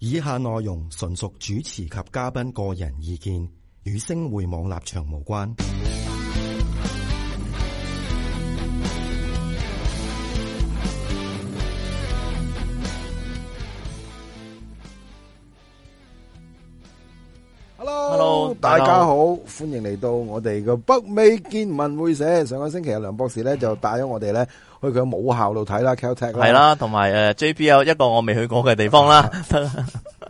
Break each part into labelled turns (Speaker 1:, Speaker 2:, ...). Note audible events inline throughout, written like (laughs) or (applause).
Speaker 1: 以下內容純屬主持及嘉賓個人意見，與星匯網立場無關。
Speaker 2: Hello，,
Speaker 3: Hello，
Speaker 2: 大
Speaker 3: 大家
Speaker 2: 家
Speaker 3: 好
Speaker 2: 好，歡迎嚟到我哋嘅北美見聞會社。上個星期阿梁博士咧就帶咗我哋咧去佢嘅母校度睇啦，Caltech
Speaker 3: 系，啦，同埋诶 JBL 一個我未去過嘅地方啦。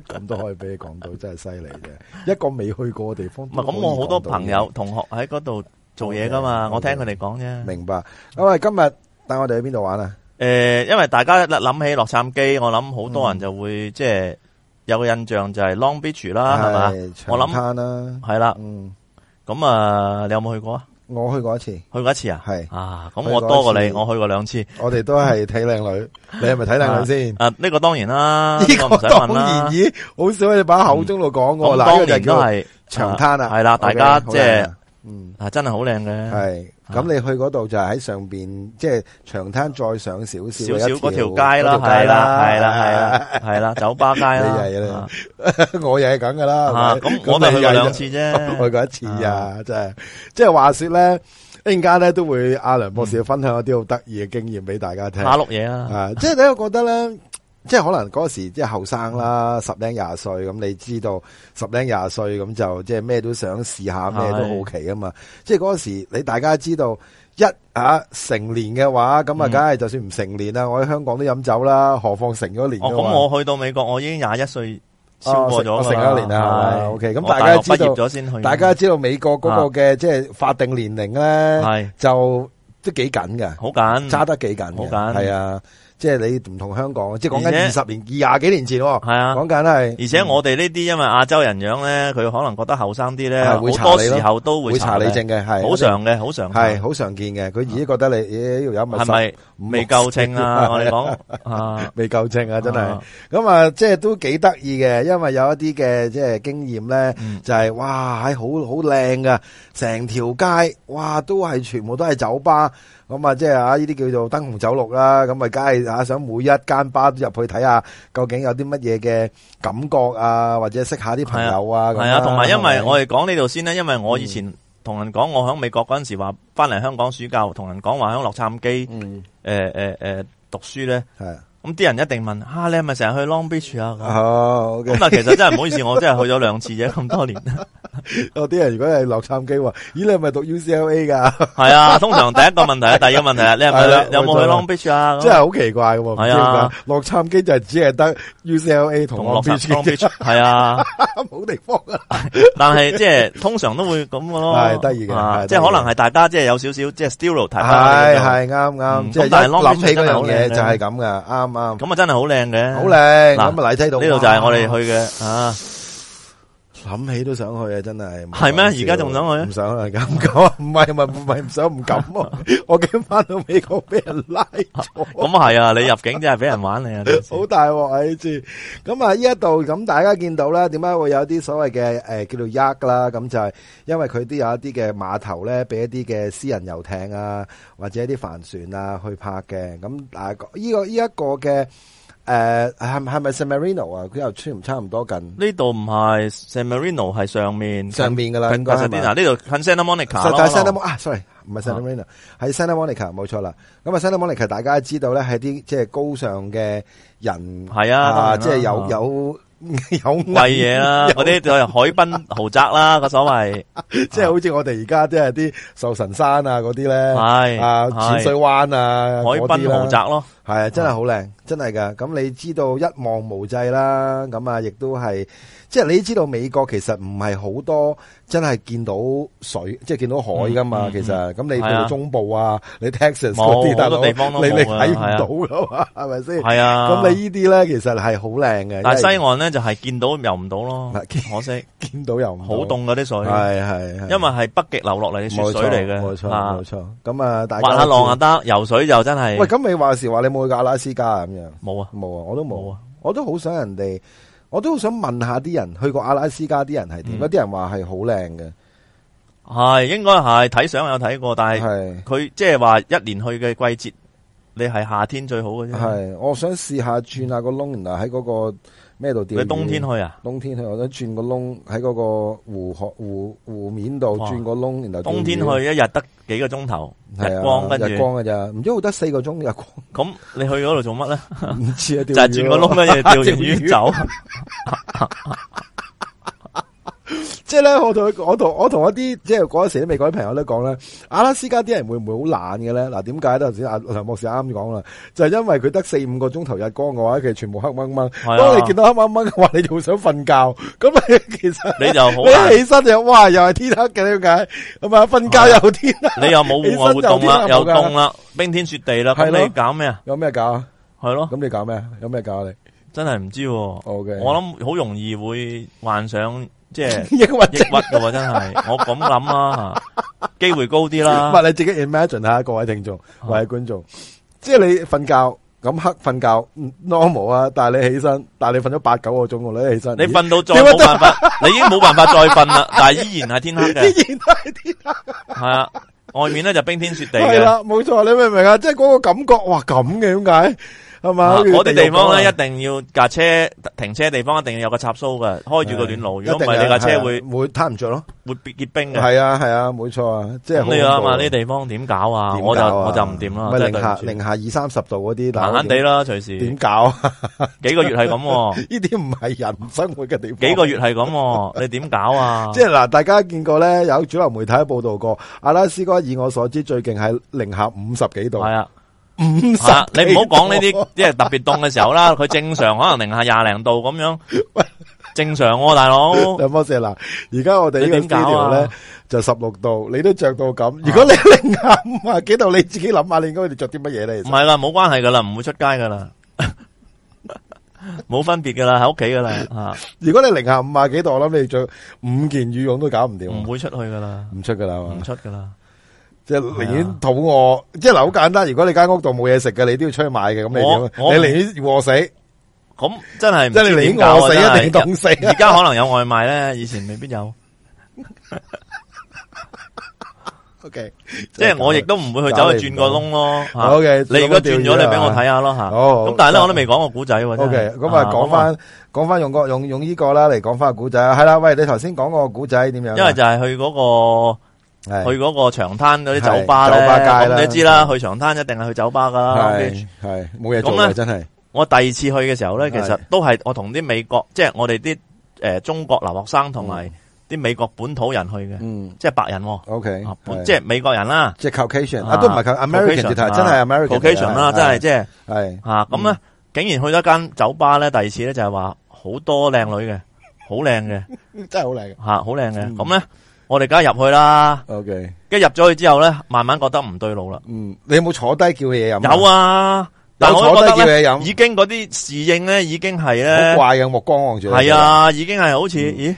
Speaker 2: 咁都可以俾你講到，真係犀利
Speaker 3: (laughs)
Speaker 2: 嘅。一個未去過嘅地方，
Speaker 3: 唔係 (laughs) 咁，我好多朋友同學喺嗰度做嘢噶嘛，
Speaker 2: Okay，
Speaker 3: 我聽佢哋講啫。
Speaker 2: 明白。咁啊，今日帶我哋去邊度玩啊？
Speaker 3: 诶，因為大家一諗起洛杉磯，我諗好多人就會即係有個印象就係 Long Beach 啦，係嘛？
Speaker 2: 係
Speaker 3: 我諗
Speaker 2: 長灘啦，
Speaker 3: 係啦，
Speaker 2: 嗯，
Speaker 3: 咁啊，你有冇去過啊？
Speaker 2: 我去過一
Speaker 3: (laughs)
Speaker 2: 次，
Speaker 3: 去過一次啊？
Speaker 2: 係
Speaker 3: 啊，咁
Speaker 2: 去過
Speaker 3: 我多過
Speaker 2: 一
Speaker 3: 你，
Speaker 2: 次
Speaker 3: 我去過兩次。
Speaker 2: 我哋都係睇靚女，你係咪睇靚女先？
Speaker 3: 啊，呢個當然啦，
Speaker 2: 呢
Speaker 3: 個唔使
Speaker 2: 個當
Speaker 3: 問啦
Speaker 2: 然。咦，好少喺你把口中度講
Speaker 3: 咁
Speaker 2: 喎。嗱，呢個就
Speaker 3: 當然都
Speaker 2: 叫
Speaker 3: 係
Speaker 2: 長灘啊，
Speaker 3: 係啦，大
Speaker 2: OK，
Speaker 3: 家
Speaker 2: 好
Speaker 3: 即
Speaker 2: 靚
Speaker 3: 係
Speaker 2: 啊嗯。
Speaker 3: 啊，真係好靚嘅。
Speaker 2: 系，
Speaker 3: 啊
Speaker 2: 咁你去嗰度就係喺上边，即係長灘再上少少
Speaker 3: 少少嗰條
Speaker 2: 條
Speaker 3: 街啦，係
Speaker 2: 啊
Speaker 3: 啦，係啦，係啦，
Speaker 2: (laughs)
Speaker 3: 係啦，酒吧街啦，
Speaker 2: 你曳啦
Speaker 3: 啊
Speaker 2: 係啦，我又係咁噶啦，
Speaker 3: 啊
Speaker 2: 係咪
Speaker 3: 咁我就去過兩次，
Speaker 2: (laughs) 咁你又去
Speaker 3: 啫，
Speaker 2: 過一次啊，真係，即係話说咧，一陣間咧都會阿梁博士分享一啲好得意嘅經驗俾大家聽，
Speaker 3: 馬碌嘢啊，
Speaker 2: 啊，即係咧，我覺得咧。即係可能嗰時即係後生啦，十零廿歲咁，你知道十零廿歲咁就即係咩都想試下，咩都好奇啊嘛。即係嗰時你大家知道一啊成年嘅話，咁啊
Speaker 3: 嗯
Speaker 2: 梗係就算唔成年啦，我喺香港都飲酒啦，何況成咗年
Speaker 3: 哦，
Speaker 2: 嘅話
Speaker 3: 咁我去到美國，我已經廿一歲超過咗
Speaker 2: 哦
Speaker 3: 㗎
Speaker 2: 成我成
Speaker 3: 啦
Speaker 2: 咗年啦
Speaker 3: 係
Speaker 2: OK，咁
Speaker 3: 我
Speaker 2: 大家
Speaker 3: 大學
Speaker 2: 知道
Speaker 3: 畢業咗先去，
Speaker 2: 大家知道美國嗰個嘅即係法定年齡咧，
Speaker 3: 係
Speaker 2: 就都幾緊嘅。
Speaker 3: 好緊，
Speaker 2: 揸得幾緊嘅，
Speaker 3: 好緊
Speaker 2: 係啊，即係你唔同香港，即係講緊二
Speaker 3: 而且
Speaker 2: 十年、二廿幾年前喎，
Speaker 3: 係啊。
Speaker 2: 講緊係，
Speaker 3: 而且我哋呢啲因為亞洲人樣咧，佢可能覺得後生啲咧，
Speaker 2: 係
Speaker 3: 好
Speaker 2: 會查
Speaker 3: 多
Speaker 2: 你咯
Speaker 3: 時候都
Speaker 2: 會查你
Speaker 3: 你，
Speaker 2: 證嘅，係
Speaker 3: 好常嘅，好常
Speaker 2: 係好常見嘅。佢而家覺得你咦呢度有密
Speaker 3: 係咪未夠稱啊？我哋講啊，
Speaker 2: (laughs) 未夠證啊，真係
Speaker 3: 啊。
Speaker 2: 咁啊，即係都幾得意嘅，因為有一啲嘅即係經驗咧，
Speaker 3: 嗯
Speaker 2: 就係哇，喺好好靚噶，成條街哇都係全部都係酒吧。咁啊，即係啊，呢啲叫做燈紅酒綠啦。咁啊，梗係啊，想每一間巴都入去睇下，究竟有啲乜嘢嘅感覺啊，或者識下啲朋友啊。咁
Speaker 3: 系啊，同埋因
Speaker 2: 係嗯
Speaker 3: 為
Speaker 2: 咪
Speaker 3: 我哋講呢度先咧，因為我以前同人講，我喺美國嗰阵时话翻嚟香港暑假，同人講話喺洛杉磯呃
Speaker 2: 嗯
Speaker 3: 诶诶诶读書咧，
Speaker 2: 係啊
Speaker 3: 咁啲人一定問：啊，你係咪成日去 Long
Speaker 2: (laughs)
Speaker 3: Beach 啊？
Speaker 2: 哦，OK
Speaker 3: 咁。但其實真係唔好意思，我真係去咗兩次
Speaker 2: (laughs)
Speaker 3: 啫，咁多年。
Speaker 2: 有啲人如果係洛杉磯話，咦，你係咪讀 UCLA
Speaker 3: (laughs)
Speaker 2: 噶？
Speaker 3: 係啊，通常第一個
Speaker 2: (laughs)
Speaker 3: 問題啊，第二個問題啊，你係
Speaker 2: 係啦
Speaker 3: 咪有冇
Speaker 2: 冇
Speaker 3: 去 Long Beach 啊？
Speaker 2: 真係好奇怪喎，唔知點
Speaker 3: 係啊
Speaker 2: 解洛杉磯就係只係得 UCLA 同
Speaker 3: 同
Speaker 2: Long
Speaker 3: 洛杉
Speaker 2: Beach
Speaker 3: Long
Speaker 2: 嘅
Speaker 3: Beach
Speaker 2: (laughs)
Speaker 3: 係啊，
Speaker 2: 冇地方啊。
Speaker 3: 但係即係通常都會咁嘅咯，
Speaker 2: 係得意嘅
Speaker 3: 啊
Speaker 2: 係
Speaker 3: 即係
Speaker 2: 得意嘅
Speaker 3: 可能係大家即係有少少即係 stereotype 啦
Speaker 2: 係
Speaker 3: 呢
Speaker 2: 係啱啱，
Speaker 3: 嗯
Speaker 2: 即係
Speaker 3: 咁但係
Speaker 2: 一
Speaker 3: Long
Speaker 2: 諗
Speaker 3: Beach
Speaker 2: 起嗰
Speaker 3: 真係
Speaker 2: 樣
Speaker 3: 好
Speaker 2: 嘢
Speaker 3: 靚
Speaker 2: 就
Speaker 3: 嘅
Speaker 2: 係咁噶，啱啱
Speaker 3: 度咁啊真係好靚嘅，
Speaker 2: 好靚。
Speaker 3: 嗱
Speaker 2: 咁啊，嚟睇到
Speaker 3: 呢度就係我哋去嘅啊。
Speaker 2: 諗起都想去啊，真係
Speaker 3: 係咩
Speaker 2: 冇講笑
Speaker 3: 而家仲想去啊
Speaker 2: 唔想啊，咁 (laughs) 講啊，唔係唔係唔係唔想唔敢啊！我驚翻到美國俾人拉咗。
Speaker 3: (laughs) 咁係啊，你入境真係俾人玩你啊！真係
Speaker 2: 好大鑊啊！呢次咁啊，呢一度咁大家見到啦，點解會有啲所謂嘅誒叫做 yak 啦？咁就係因為佢都有一啲嘅碼頭咧，俾一啲嘅私人遊艇啊，或者一啲帆船啊去泊嘅。咁但係呢個呢一個嘅誒係係咪 San Marino 啊？佢又差唔差唔多近
Speaker 3: 呢度唔係 San Marino 係上面，
Speaker 2: 上面噶啦，應
Speaker 3: 近
Speaker 2: 該
Speaker 3: Pasadena
Speaker 2: 係嘛？
Speaker 3: 呢度近 Santa Monica 咯
Speaker 2: 但係 Santa
Speaker 3: 可能
Speaker 2: Monica 啊，sorry，唔係 Santa
Speaker 3: 啊
Speaker 2: Monica，喺 Santa Monica 冇錯啦。咁啊，Santa Monica 大家知道咧，係啲即係高尚嘅人。
Speaker 3: 係啊當然
Speaker 2: 啊，
Speaker 3: 啦，
Speaker 2: 即係有有 (laughs) 有
Speaker 3: 貴嘢
Speaker 2: (laughs)
Speaker 3: 啦，嗰啲就係海濱豪宅啦，個所謂
Speaker 2: 即
Speaker 3: 啊
Speaker 2: 係好似我哋而家即係啲壽神山啊嗰啲咧，
Speaker 3: 係
Speaker 2: 啊淺水
Speaker 3: 係
Speaker 2: 灣啊嗰
Speaker 3: 海
Speaker 2: 啲
Speaker 3: 濱豪
Speaker 2: 啦，
Speaker 3: 宅咯，
Speaker 2: 係啊，真係好靚，真係噶。咁你知道一望無際啦，咁啊亦都係，即係你知道美國其實唔係好多真係見到水，即係見到海噶嘛。
Speaker 3: 嗯嗯
Speaker 2: 其實咁你
Speaker 3: 係
Speaker 2: 去
Speaker 3: 啊
Speaker 2: 到中部啊，你 Texas 嗰
Speaker 3: 冇
Speaker 2: 啲大
Speaker 3: 好
Speaker 2: 佬，
Speaker 3: 多地方都
Speaker 2: 你
Speaker 3: 冇
Speaker 2: 你
Speaker 3: 㗎
Speaker 2: 睇
Speaker 3: 係
Speaker 2: 唔
Speaker 3: 啊
Speaker 2: 到噶嘛，係咪先？
Speaker 3: 係啊。
Speaker 2: (laughs) 咁你呢啲咧其實係好靚嘅，因為
Speaker 3: 但係西岸咧就係見到遊唔到咯，
Speaker 2: 嗱 (laughs) 見
Speaker 3: 可惜
Speaker 2: 見到又唔
Speaker 3: 好
Speaker 2: 到
Speaker 3: 凍嗰啲水，
Speaker 2: 係係係
Speaker 3: 因為係北極流落嚟嘅
Speaker 2: 冇
Speaker 3: 雪
Speaker 2: 錯
Speaker 3: 水嚟嘅，
Speaker 2: 冇錯
Speaker 3: 啊
Speaker 2: 冇錯。咁啊，大家
Speaker 3: 滑下
Speaker 2: 都知
Speaker 3: 浪啊。得，游水就真係
Speaker 2: 喂，咁你話時話你冇去過阿拉斯加啊咁樣？
Speaker 3: 冇啊，
Speaker 2: 冇啊，我都冇
Speaker 3: 冇
Speaker 2: 啊
Speaker 3: 啊，
Speaker 2: 我都好想人哋，我都好想問下啲人去過阿拉斯加啲人係點？
Speaker 3: 嗯
Speaker 2: 嗰啲人話係好靚嘅，
Speaker 3: 係應該係睇相有睇過，但係。
Speaker 2: 係
Speaker 3: 佢即系话一年去嘅季節，你係夏天最好嘅啫。
Speaker 2: 係，我想試下轉下個窿，原來喺嗰個咩度釣魚
Speaker 3: 你冬天去啊？
Speaker 2: 冬天去，我都轉個窿喺嗰個湖河湖湖面度
Speaker 3: 哇
Speaker 2: 轉個窿，然後釣魚
Speaker 3: 冬天去一日得幾個鐘頭，
Speaker 2: 係啊
Speaker 3: 日光跟
Speaker 2: 日
Speaker 3: 住，
Speaker 2: 光嘅咋，唔知好得四個鐘日光，
Speaker 3: 咁你去嗰度做
Speaker 2: (laughs)
Speaker 3: 乜咧？
Speaker 2: 唔知啊，
Speaker 3: 就
Speaker 2: 就
Speaker 3: 係轉個窿，
Speaker 2: (laughs)
Speaker 3: 跟住釣完魚走。
Speaker 2: 即系咧，我同佢，我同我同一啲即系嗰陣時啲美國啲朋友都講咧，阿拉斯加啲人會唔會好懶嘅咧？嗱，點解咧？頭先阿梁博士啱講啦，就係因為佢得四五個鐘頭日光嘅話，其實全部黑掹掹。
Speaker 3: 係啊
Speaker 2: 當你見到黑掹掹嘅話，你就會想瞓覺。咁你其實
Speaker 3: 你就好
Speaker 2: (laughs)
Speaker 3: 難
Speaker 2: 你一起身就哇，又係天黑嘅，點解？咁啊，瞓覺又天黑，
Speaker 3: 你又冇户外活動啦，
Speaker 2: 起身就
Speaker 3: 又
Speaker 2: 天黑冇㗎
Speaker 3: 凍啦，冰天雪地啦，咁
Speaker 2: 係咯
Speaker 3: 你搞咩啊？
Speaker 2: 有咩搞啊？
Speaker 3: 係咯，
Speaker 2: 咁你搞咩啊？有咩搞啊？你
Speaker 3: 真係唔知喎。
Speaker 2: OK， (laughs)
Speaker 3: 我諗好容易會患上即係
Speaker 2: 抑鬱
Speaker 3: 抑
Speaker 2: 症。
Speaker 3: 鬱噶喎，真係。我咁諗啦，機會高啲
Speaker 2: 唔
Speaker 3: 啦
Speaker 2: 係。你自己 imagine 下，各位聽眾、
Speaker 3: 啊
Speaker 2: 各位觀眾，即係你瞓覺咁黑瞓覺嗯 normal 啊，但係你起身，但係你瞓咗八九個鐘喎，你一起身，
Speaker 3: 你
Speaker 2: 咦
Speaker 3: 瞓到再
Speaker 2: 點解
Speaker 3: 冇辦法，你已經冇辦法再瞓啦，但係依然係天黑嘅，
Speaker 2: 依然都係天黑，
Speaker 3: 係啊，外面咧就冰天雪地
Speaker 2: 係
Speaker 3: 嘅。
Speaker 2: 啦，冇錯，你明唔明啊？即係嗰個感覺，哇咁嘅點解係嘛？
Speaker 3: 啊
Speaker 2: 好似
Speaker 3: 嗰啲地方咧，
Speaker 2: 地獄咁啊
Speaker 3: 一定要架車停車地方一定要有個插蘇嘅，開住個暖爐，如果唔
Speaker 2: 一定
Speaker 3: 係
Speaker 2: 啊
Speaker 3: 你架車
Speaker 2: 係啊
Speaker 3: 會
Speaker 2: 會攤唔着咯，
Speaker 3: 會結冰嘅。
Speaker 2: 係啊係啊，冇錯啊，即係
Speaker 3: 咁你啊嘛，
Speaker 2: 好恐怖
Speaker 3: 呢啲地方點搞啊？
Speaker 2: 點
Speaker 3: 我就
Speaker 2: 搞啊
Speaker 3: 我就唔掂啦，
Speaker 2: 咪
Speaker 3: 真係
Speaker 2: 零下
Speaker 3: 對唔
Speaker 2: 零
Speaker 3: 住。
Speaker 2: 下二三十度嗰啲，
Speaker 3: 閒
Speaker 2: 嗱
Speaker 3: 閒地啦，隨時
Speaker 2: 點搞啊？
Speaker 3: 幾個月係咁喎，
Speaker 2: 呢啲唔係人生活嘅地方，
Speaker 3: 幾個月係咁喎，你點搞啊？
Speaker 2: 即系嗱，大家見過咧，有主流媒體報道過，阿拉斯加以我所知最勁係零下五十幾度
Speaker 3: 係，啊。
Speaker 2: 五 (laughs) 十
Speaker 3: 啊！你唔好講呢啲，即係特別凍嘅時候啦，佢正常可能零下廿零
Speaker 2: (laughs)
Speaker 3: 度咁樣，正常喎、大佬。
Speaker 2: 有冇事嗱？而家我哋呢個
Speaker 3: 你點搞
Speaker 2: studio
Speaker 3: 啊
Speaker 2: 咧就十六度，你都着到咁。如果你零下五啊幾度，你自己諗下，你應該要着啲乜嘢咧？
Speaker 3: 唔
Speaker 2: 其實
Speaker 3: 係啦，冇關係噶啦，唔會出街噶啦，冇分別噶啦，喺屋企
Speaker 2: (laughs)
Speaker 3: 噶啦，
Speaker 2: 如果你零下五啊幾度，我諗你着五件羽絨都搞唔
Speaker 3: 吓
Speaker 2: 掂，
Speaker 3: 唔會出去
Speaker 2: (laughs)
Speaker 3: 噶啦，
Speaker 2: 唔出噶啦，係嘛
Speaker 3: 唔出噶啦。
Speaker 2: 即係寧願肚餓。即係嗱，好簡單。如果你間屋度冇嘢食嘅，你都要出去買嘅，咁你點啊？
Speaker 3: 我我
Speaker 2: 你寧願餓死，
Speaker 3: 咁真係唔
Speaker 2: 即係
Speaker 3: 知
Speaker 2: 你寧
Speaker 3: 點
Speaker 2: 願
Speaker 3: 搞啊
Speaker 2: 餓死，一
Speaker 3: 真
Speaker 2: 定
Speaker 3: 係
Speaker 2: 凍死。
Speaker 3: 而家可能有外賣咧，以前未
Speaker 2: (laughs)
Speaker 3: 必有。
Speaker 2: O K，
Speaker 3: 即係我亦都唔會去走去轉個窿咯。
Speaker 2: (laughs)
Speaker 3: 吓
Speaker 2: OK，
Speaker 3: 你如果轉咗，你俾我睇下咯吓。
Speaker 2: 好好
Speaker 3: 咁但係咧，我都未講過古仔喎。
Speaker 2: O
Speaker 3: 真
Speaker 2: K，
Speaker 3: 係
Speaker 2: 咁啊，講。
Speaker 3: 啊
Speaker 2: 翻講翻用個用用呢個啦，嚟講翻個古仔係啦。喂，你頭先講個古仔點樣啊？
Speaker 3: 因為就係去嗰個。
Speaker 2: 係
Speaker 3: 去嗰個長灘嗰啲
Speaker 2: 係
Speaker 3: 酒吧咧，
Speaker 2: 哎酒吧街啦
Speaker 3: 咁你知啦，去長灘一定係去酒吧噶啦。
Speaker 2: 係係冇嘢做
Speaker 3: 咁
Speaker 2: 嘅，
Speaker 3: 咧
Speaker 2: 真係
Speaker 3: 我第二次去嘅時候
Speaker 2: 係
Speaker 3: 咧，其實都係我同啲美國，即係我哋啲诶中國留學生同埋啲美國本土人去嘅，
Speaker 2: 嗯
Speaker 3: 即係白人喎，
Speaker 2: O K，
Speaker 3: 啊本即係美國人啦
Speaker 2: 即係 Caucasian 啊，
Speaker 3: 啊
Speaker 2: 都唔係 Cau- American 直頭
Speaker 3: Caucasian 啊
Speaker 2: 真係 American 嚟㗎
Speaker 3: ，Caucasian 啦，真係即係
Speaker 2: 係
Speaker 3: 啊咁咧，竟然去咗間酒吧咧，第二次咧就係話好多靚女嘅，好
Speaker 2: (laughs)
Speaker 3: 靚嘅
Speaker 2: 係真係好靚嘅。
Speaker 3: 吓，啊好靚嘅，
Speaker 2: 嗯
Speaker 3: 咁咧我哋梗係入去啦，
Speaker 2: O K，
Speaker 3: 跟住入咗去之後咧，慢慢覺得唔對路啦。
Speaker 2: 嗯，你有冇坐低叫嘢飲？
Speaker 3: 有，啊，但我
Speaker 2: 坐
Speaker 3: 覺
Speaker 2: 低
Speaker 3: 得
Speaker 2: 叫
Speaker 3: 咧。
Speaker 2: 嘢飲，
Speaker 3: 已經嗰啲侍應咧，已經係
Speaker 2: 好
Speaker 3: 咧，
Speaker 2: 怪嘅目光望住你。
Speaker 3: 係，啊，已經係好似，
Speaker 2: 嗯
Speaker 3: 咦，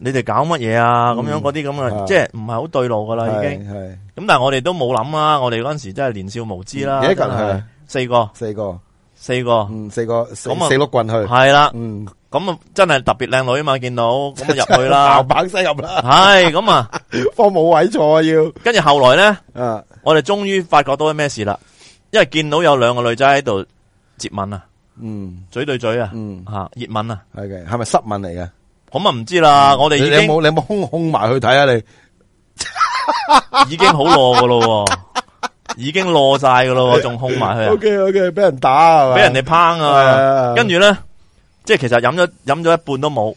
Speaker 3: 你哋搞乜嘢啊？咁樣
Speaker 2: 嗯
Speaker 3: 嗰啲咁
Speaker 2: 啊
Speaker 3: 嘅，即係唔係好對路噶啦，已經。
Speaker 2: 係係
Speaker 3: 咁但係我哋都冇諗啦，我哋嗰阵时真係年少無知啦。
Speaker 2: 幾多個人去
Speaker 3: 真係
Speaker 2: 啊？
Speaker 3: 四個，
Speaker 2: 四個，
Speaker 3: 四個，
Speaker 2: 嗯，四個四四
Speaker 3: 咁啊
Speaker 2: 碌棍去，
Speaker 3: 係啦。
Speaker 2: 嗯，
Speaker 3: 咁啊，真係特別靚女啊嘛，
Speaker 2: (laughs)
Speaker 3: 見到咁啊入去啦。
Speaker 2: 砰砰聲入
Speaker 3: (laughs)
Speaker 2: 啦，
Speaker 3: 係咁啊，
Speaker 2: 方冇位坐啊要，
Speaker 3: 跟住後來咧，
Speaker 2: 啊，
Speaker 3: 我哋終於發覺到咩事啦，因為見到有兩個女仔喺度接吻啊，
Speaker 2: 嗯
Speaker 3: 嘴對嘴啊，
Speaker 2: 嗯。
Speaker 3: 吓熱吻啊，
Speaker 2: 系嘅，系咪濕吻嚟嘅？
Speaker 3: 咁啊唔知啦，我哋
Speaker 2: 你
Speaker 3: 已
Speaker 2: 嗯你
Speaker 3: 經
Speaker 2: 有。冇你有冇空空埋去睇下你？
Speaker 3: 已經好落噶咯， (laughs) 已經落晒
Speaker 2: (laughs)
Speaker 3: 噶咯，仲控埋佢
Speaker 2: O
Speaker 3: 啊，
Speaker 2: K O K，俾人打系嘛？
Speaker 3: 俾人哋抨啊！
Speaker 2: 哋
Speaker 3: 跟住咧，即係其實飲咗飲咗一半都冇，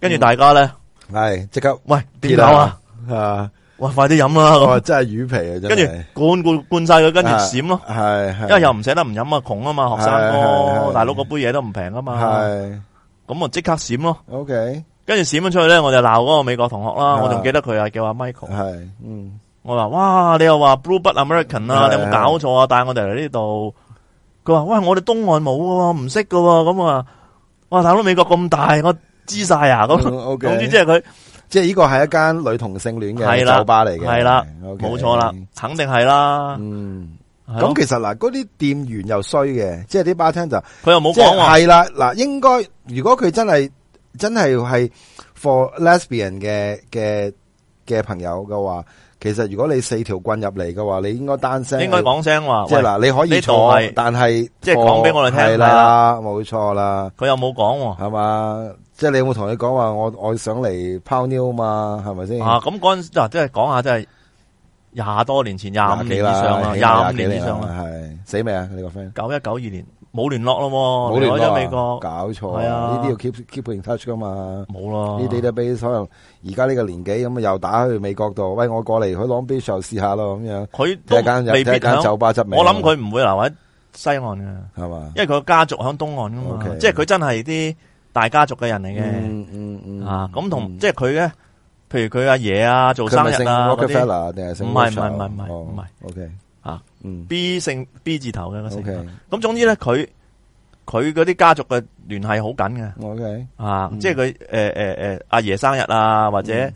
Speaker 3: 跟
Speaker 2: 嗯
Speaker 3: 住大家咧，
Speaker 2: 系即刻
Speaker 3: 喂點搞啊？
Speaker 2: 啊！
Speaker 3: 喂快啲飲啦
Speaker 2: 我
Speaker 3: 咁，
Speaker 2: 真係魚皮啊！真
Speaker 3: 哦
Speaker 2: 啊
Speaker 3: 跟住
Speaker 2: 係
Speaker 3: 灌灌灌晒佢，跟住閃咯，
Speaker 2: 係係，
Speaker 3: 因為又唔捨得唔飲啊，窮啊嘛，學生
Speaker 2: 係係
Speaker 3: 哥
Speaker 2: 係，
Speaker 3: 大佬嗰杯嘢都唔平啊嘛，
Speaker 2: 係
Speaker 3: 咁啊即刻閃咯，
Speaker 2: O K
Speaker 3: 跟住閃咗出去咧，我就鬧嗰個美國同學啦，
Speaker 2: 啊
Speaker 3: 我仲記得佢係叫阿 Michael，
Speaker 2: 係嗯
Speaker 3: 我話哇你又話 Blue Blood American 啊，
Speaker 2: 係
Speaker 3: 你有冇搞錯啊？帶我哋嚟呢度。佢話：喂，我哋東岸冇噶喎，唔識噶喎，咁啊，哇，大佬美國咁大，我知晒啊，咁
Speaker 2: 嗯，OK
Speaker 3: 總之即係佢
Speaker 2: 即係呢個係一間女同性戀
Speaker 3: 係
Speaker 2: 嘅
Speaker 3: 啦
Speaker 2: 酒吧嚟嘅，
Speaker 3: 係啦
Speaker 2: OK
Speaker 3: 冇錯啦，肯定係啦。
Speaker 2: 嗯，
Speaker 3: 係咯
Speaker 2: 咁其實嗱，嗰啲店員又衰嘅，即係啲 bartender
Speaker 3: 佢又冇
Speaker 2: 即
Speaker 3: 講話，
Speaker 2: 係啦，嗱，應該如果佢真係真係係 for lesbian 嘅嘅嘅朋友嘅話，其實如果你四條棍入嚟嘅話，你應該單聲，
Speaker 3: 应该讲声话，
Speaker 2: 即係
Speaker 3: 喂
Speaker 2: 嗱，你可以
Speaker 3: 呢度
Speaker 2: 坐
Speaker 3: 係，
Speaker 2: 但係
Speaker 3: 即係講俾我哋聽
Speaker 2: 係
Speaker 3: 係
Speaker 2: 啦，冇錯啦。
Speaker 3: 佢又冇讲
Speaker 2: 系嘛？即系你有冇同佢讲话我我想嚟抛妞嘛？系咪先？
Speaker 3: 喎，啊咁嗰阵嗱，即系讲下，即系廿多年前，廿五
Speaker 2: 廿
Speaker 3: 年
Speaker 2: 幾
Speaker 3: 以
Speaker 2: 啦
Speaker 3: 上啦，
Speaker 2: 起
Speaker 3: 廿
Speaker 2: 碼
Speaker 3: 五
Speaker 2: 廿幾
Speaker 3: 年以上啦，
Speaker 2: 啦，系死未啊？你个 friend
Speaker 3: 九一九二年冇聯絡咯喎，
Speaker 2: 冇聯
Speaker 3: 嚟咗美
Speaker 2: 絡啊
Speaker 3: 國
Speaker 2: 搞错
Speaker 3: 係啊
Speaker 2: 呢啲要 keep keep in touch 噶嘛？
Speaker 3: 冇啦，
Speaker 2: 呢 database 可能而家呢個年紀咁啊又打去美國度，喂我過嚟去 Long Beach 又試下咯咁樣，
Speaker 3: 佢
Speaker 2: 睇
Speaker 3: 都
Speaker 2: 下間
Speaker 3: 未必
Speaker 2: 睇下間
Speaker 3: 響，
Speaker 2: 酒吧執名。
Speaker 3: 我諗佢唔會留喺西岸嘅，
Speaker 2: 係嘛？
Speaker 3: 因為佢個家族響東岸噶嘛
Speaker 2: OK
Speaker 3: 即係佢真係啲大家族嘅人嚟嘅。
Speaker 2: 嗯嗯嗯
Speaker 3: 啊，咁同
Speaker 2: 嗯
Speaker 3: 即係佢咧，譬如佢阿爺啊做
Speaker 2: 佢係
Speaker 3: 生
Speaker 2: 咪
Speaker 3: 日
Speaker 2: 姓
Speaker 3: 啊嗰啲
Speaker 2: Rockefeller 定係姓
Speaker 3: 唔係唔
Speaker 2: Rothschild？
Speaker 3: 係唔係唔係
Speaker 2: 哦，OK
Speaker 3: 啊，
Speaker 2: 嗯
Speaker 3: B 姓 B 字頭嘅嗰姓。
Speaker 2: ，OK
Speaker 3: 咁總之咧，佢佢嗰啲家族嘅聯繫好緊嘅
Speaker 2: OK，
Speaker 3: 啊，
Speaker 2: 嗯
Speaker 3: 即係佢诶诶诶阿爺生日啊，或者
Speaker 2: 嗯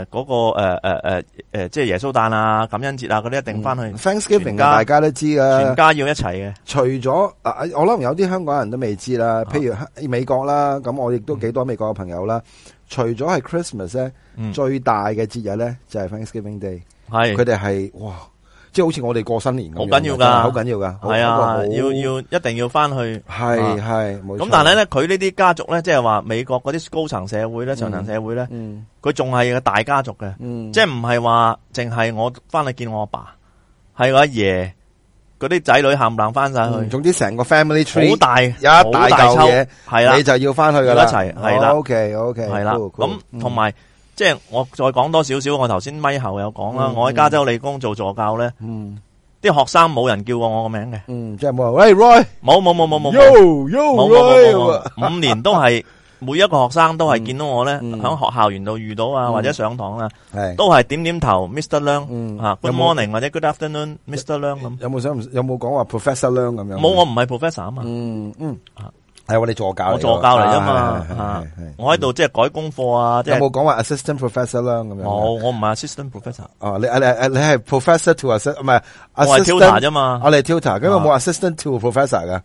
Speaker 3: 诶嗰個呃诶诶诶诶即係耶穌誕啊、感恩節啊嗰啲，一定翻去，
Speaker 2: 嗯 Thanksgiving 啊
Speaker 3: 全家
Speaker 2: 大家都知噶，
Speaker 3: 全家要一齊嘅。
Speaker 2: 除咗啊，我諗有啲香港人都未知啦，
Speaker 3: 啊
Speaker 2: 譬如喺美國啦，咁我亦都幾多美國嘅朋友啦。除咗係 Christmas 咧，
Speaker 3: 嗯，
Speaker 2: 最大嘅節日咧就係 Thanksgiving Day，
Speaker 3: 係
Speaker 2: 佢哋係哇，即係好似我哋過新年咁樣，
Speaker 3: 好緊要㗎
Speaker 2: 真係好緊要㗎，好
Speaker 3: 係啊，
Speaker 2: 好
Speaker 3: 要要一定要翻去。
Speaker 2: 係係冇錯。
Speaker 3: 咁但係咧，佢呢啲家族咧，即係話美國嗰啲高層社會咧、
Speaker 2: 嗯
Speaker 3: 上層社會咧，
Speaker 2: 嗯
Speaker 3: 佢仲係個大家族嘅。
Speaker 2: 嗯，
Speaker 3: 即系唔系话净系我翻去见我阿爸，系我阿爷嗰啲仔女冚唪唥翻晒
Speaker 2: 嗯
Speaker 3: 去，
Speaker 2: 總之成個 family
Speaker 3: 好
Speaker 2: tree
Speaker 3: 大
Speaker 2: 有嗯一
Speaker 3: 好
Speaker 2: 大
Speaker 3: 大
Speaker 2: 嚿
Speaker 3: 抽，
Speaker 2: 嘢，
Speaker 3: 系啦
Speaker 2: 你就要翻去㗎啦，
Speaker 3: 要一齊係啦
Speaker 2: O K O K，
Speaker 3: 系啦，咁
Speaker 2: 嗯
Speaker 3: 同埋即系我再讲多少少，我头先咪后有讲啦，
Speaker 2: 嗯
Speaker 3: 我喺加州理工做助教咧，
Speaker 2: 嗯
Speaker 3: 啲学生冇人叫過我个名嘅，
Speaker 2: 嗯，即係冇人喂 Roy，
Speaker 3: 冇冇冇冇冇冇
Speaker 2: Yo Yo
Speaker 3: 冇
Speaker 2: Roy 咁啊
Speaker 3: 冇冇冇，五年都
Speaker 2: (laughs)
Speaker 3: 系。每一個學生都係見到我咧，
Speaker 2: 嗯
Speaker 3: 喺學校園度遇到啊，
Speaker 2: 嗯
Speaker 3: 或者上堂啊，
Speaker 2: 系
Speaker 3: 都係點點頭，Mr. Leung
Speaker 2: 嗯
Speaker 3: 啊，Good
Speaker 2: 有冇
Speaker 3: morning 或者 Good afternoon，Mr. Leung 咁。
Speaker 2: 有冇想有冇讲话 Professor 梁咁样？
Speaker 3: 冇，我唔係 professor 啊嘛，
Speaker 2: 嗯嗯
Speaker 3: 啊，
Speaker 2: 系我哋助教嚟㗎，
Speaker 3: 我助教嚟啫嘛
Speaker 2: 啊係係係
Speaker 3: 啊
Speaker 2: 係係
Speaker 3: 我喺度即係改功課啊，即
Speaker 2: 有
Speaker 3: 係
Speaker 2: 冇讲话 Assistant Professor 梁咁样？
Speaker 3: 冇，，我唔係 assistant professor，
Speaker 2: 哦，你你你系 Professor to Assist 唔系
Speaker 3: 我係 tutor
Speaker 2: Assistant
Speaker 3: 啫嘛。
Speaker 2: 我哋 tutor，咁有冇 Assistant to Professor 噶？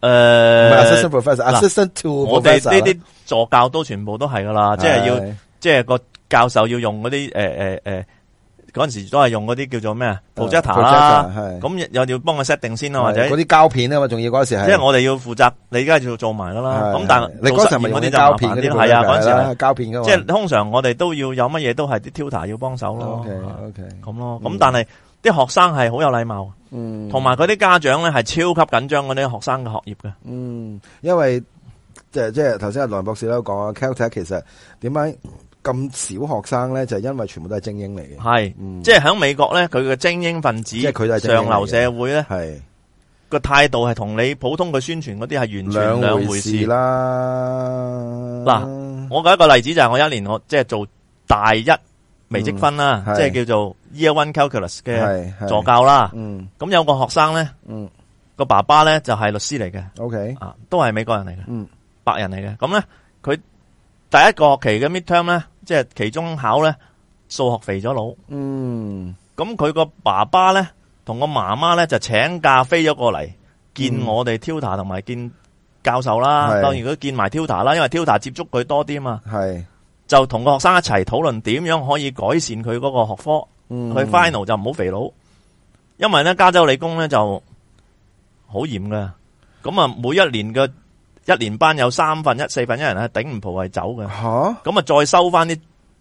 Speaker 2: 唔係 Assistant
Speaker 3: 誒，嗱
Speaker 2: Professor，Assistant to
Speaker 3: 我哋
Speaker 2: Professor 啊
Speaker 3: 呢啲助教都全部都係噶啦，即係要
Speaker 2: 係
Speaker 3: 即係個教授要用嗰啲誒誒誒嗰陣時都係用嗰啲叫做咩啊 projector 啦，
Speaker 2: projector，係
Speaker 3: 咁又要幫佢 set 定先啦，或者
Speaker 2: 係嗰啲膠片啊嘛，仲要嗰時係
Speaker 3: 即係我哋要負責，你而家要做埋噶啦。
Speaker 2: 係
Speaker 3: 咁但
Speaker 2: 係
Speaker 3: 係
Speaker 2: 你
Speaker 3: 做
Speaker 2: 嗰
Speaker 3: 實
Speaker 2: 時係咪
Speaker 3: 驗
Speaker 2: 用
Speaker 3: 嗰啲
Speaker 2: 啲
Speaker 3: 就
Speaker 2: 膠
Speaker 3: 麻
Speaker 2: 片
Speaker 3: 煩
Speaker 2: 嗰
Speaker 3: 啲
Speaker 2: 啲
Speaker 3: 啦，係啊，嗰陣時係
Speaker 2: 膠片噶嘛，
Speaker 3: 即係通常我哋都要有乜嘢都係啲 tutor 要幫手咯。
Speaker 2: OK OK，
Speaker 3: 咁咯。
Speaker 2: 嗯
Speaker 3: 咁但係啲學生係好有禮貌，啊
Speaker 2: 嗯，
Speaker 3: 同埋嗰啲家長咧係超級緊張嗰啲學生嘅學業嘅。
Speaker 2: 嗯，因为即系即系头先阿梁博士都讲啊，Caltech 其实点解咁少学生咧，就系因为全部都系精英嚟嘅，
Speaker 3: 係，
Speaker 2: 嗯，
Speaker 3: 即係喺美國咧，佢嘅精英分子、
Speaker 2: 即係佢就係精英嚟嘅
Speaker 3: 上流社會咧
Speaker 2: 系
Speaker 3: 個態度係同你普通嘅宣傳嗰啲係完全
Speaker 2: 两
Speaker 3: 兩
Speaker 2: 回
Speaker 3: 回
Speaker 2: 事啊
Speaker 3: 事。啊
Speaker 2: 啦。嗯
Speaker 3: 嗱我舉一個例子就係我一年我即係做大一微積分啦，
Speaker 2: 嗯係
Speaker 3: 即係叫做 Year One Calculus 嘅
Speaker 2: 系系
Speaker 3: 助，教啦。
Speaker 2: 嗯
Speaker 3: 咁有個學生咧，
Speaker 2: 嗯
Speaker 3: 個爸爸咧就係律師嚟嘅。
Speaker 2: ，OK，
Speaker 3: 啊，都係美國人嚟嘅，
Speaker 2: 嗯
Speaker 3: 白人嚟嘅。咁咧，佢第一個學期嘅 midterm 咧，即係期中考咧，數學肥咗佬。
Speaker 2: 嗯
Speaker 3: 咁佢個爸爸咧，同個媽媽咧就請假飛咗過嚟見
Speaker 2: 嗯
Speaker 3: 我哋 tutor 同埋見教授啦。
Speaker 2: 係
Speaker 3: 當然佢見埋 tutor 啦，因為 tutor 接觸佢多啲嘛，
Speaker 2: 系，
Speaker 3: 就同個學生一齊討論點樣可以改善佢嗰個學科。
Speaker 2: 嗯
Speaker 3: 佢 final 就唔好肥佬，因為咧加州理工咧就好嚴噶，咁啊每一年嘅一年班有三分一、四分一人係頂唔蒲係走嘅，
Speaker 2: 吓，
Speaker 3: 咁啊再收翻啲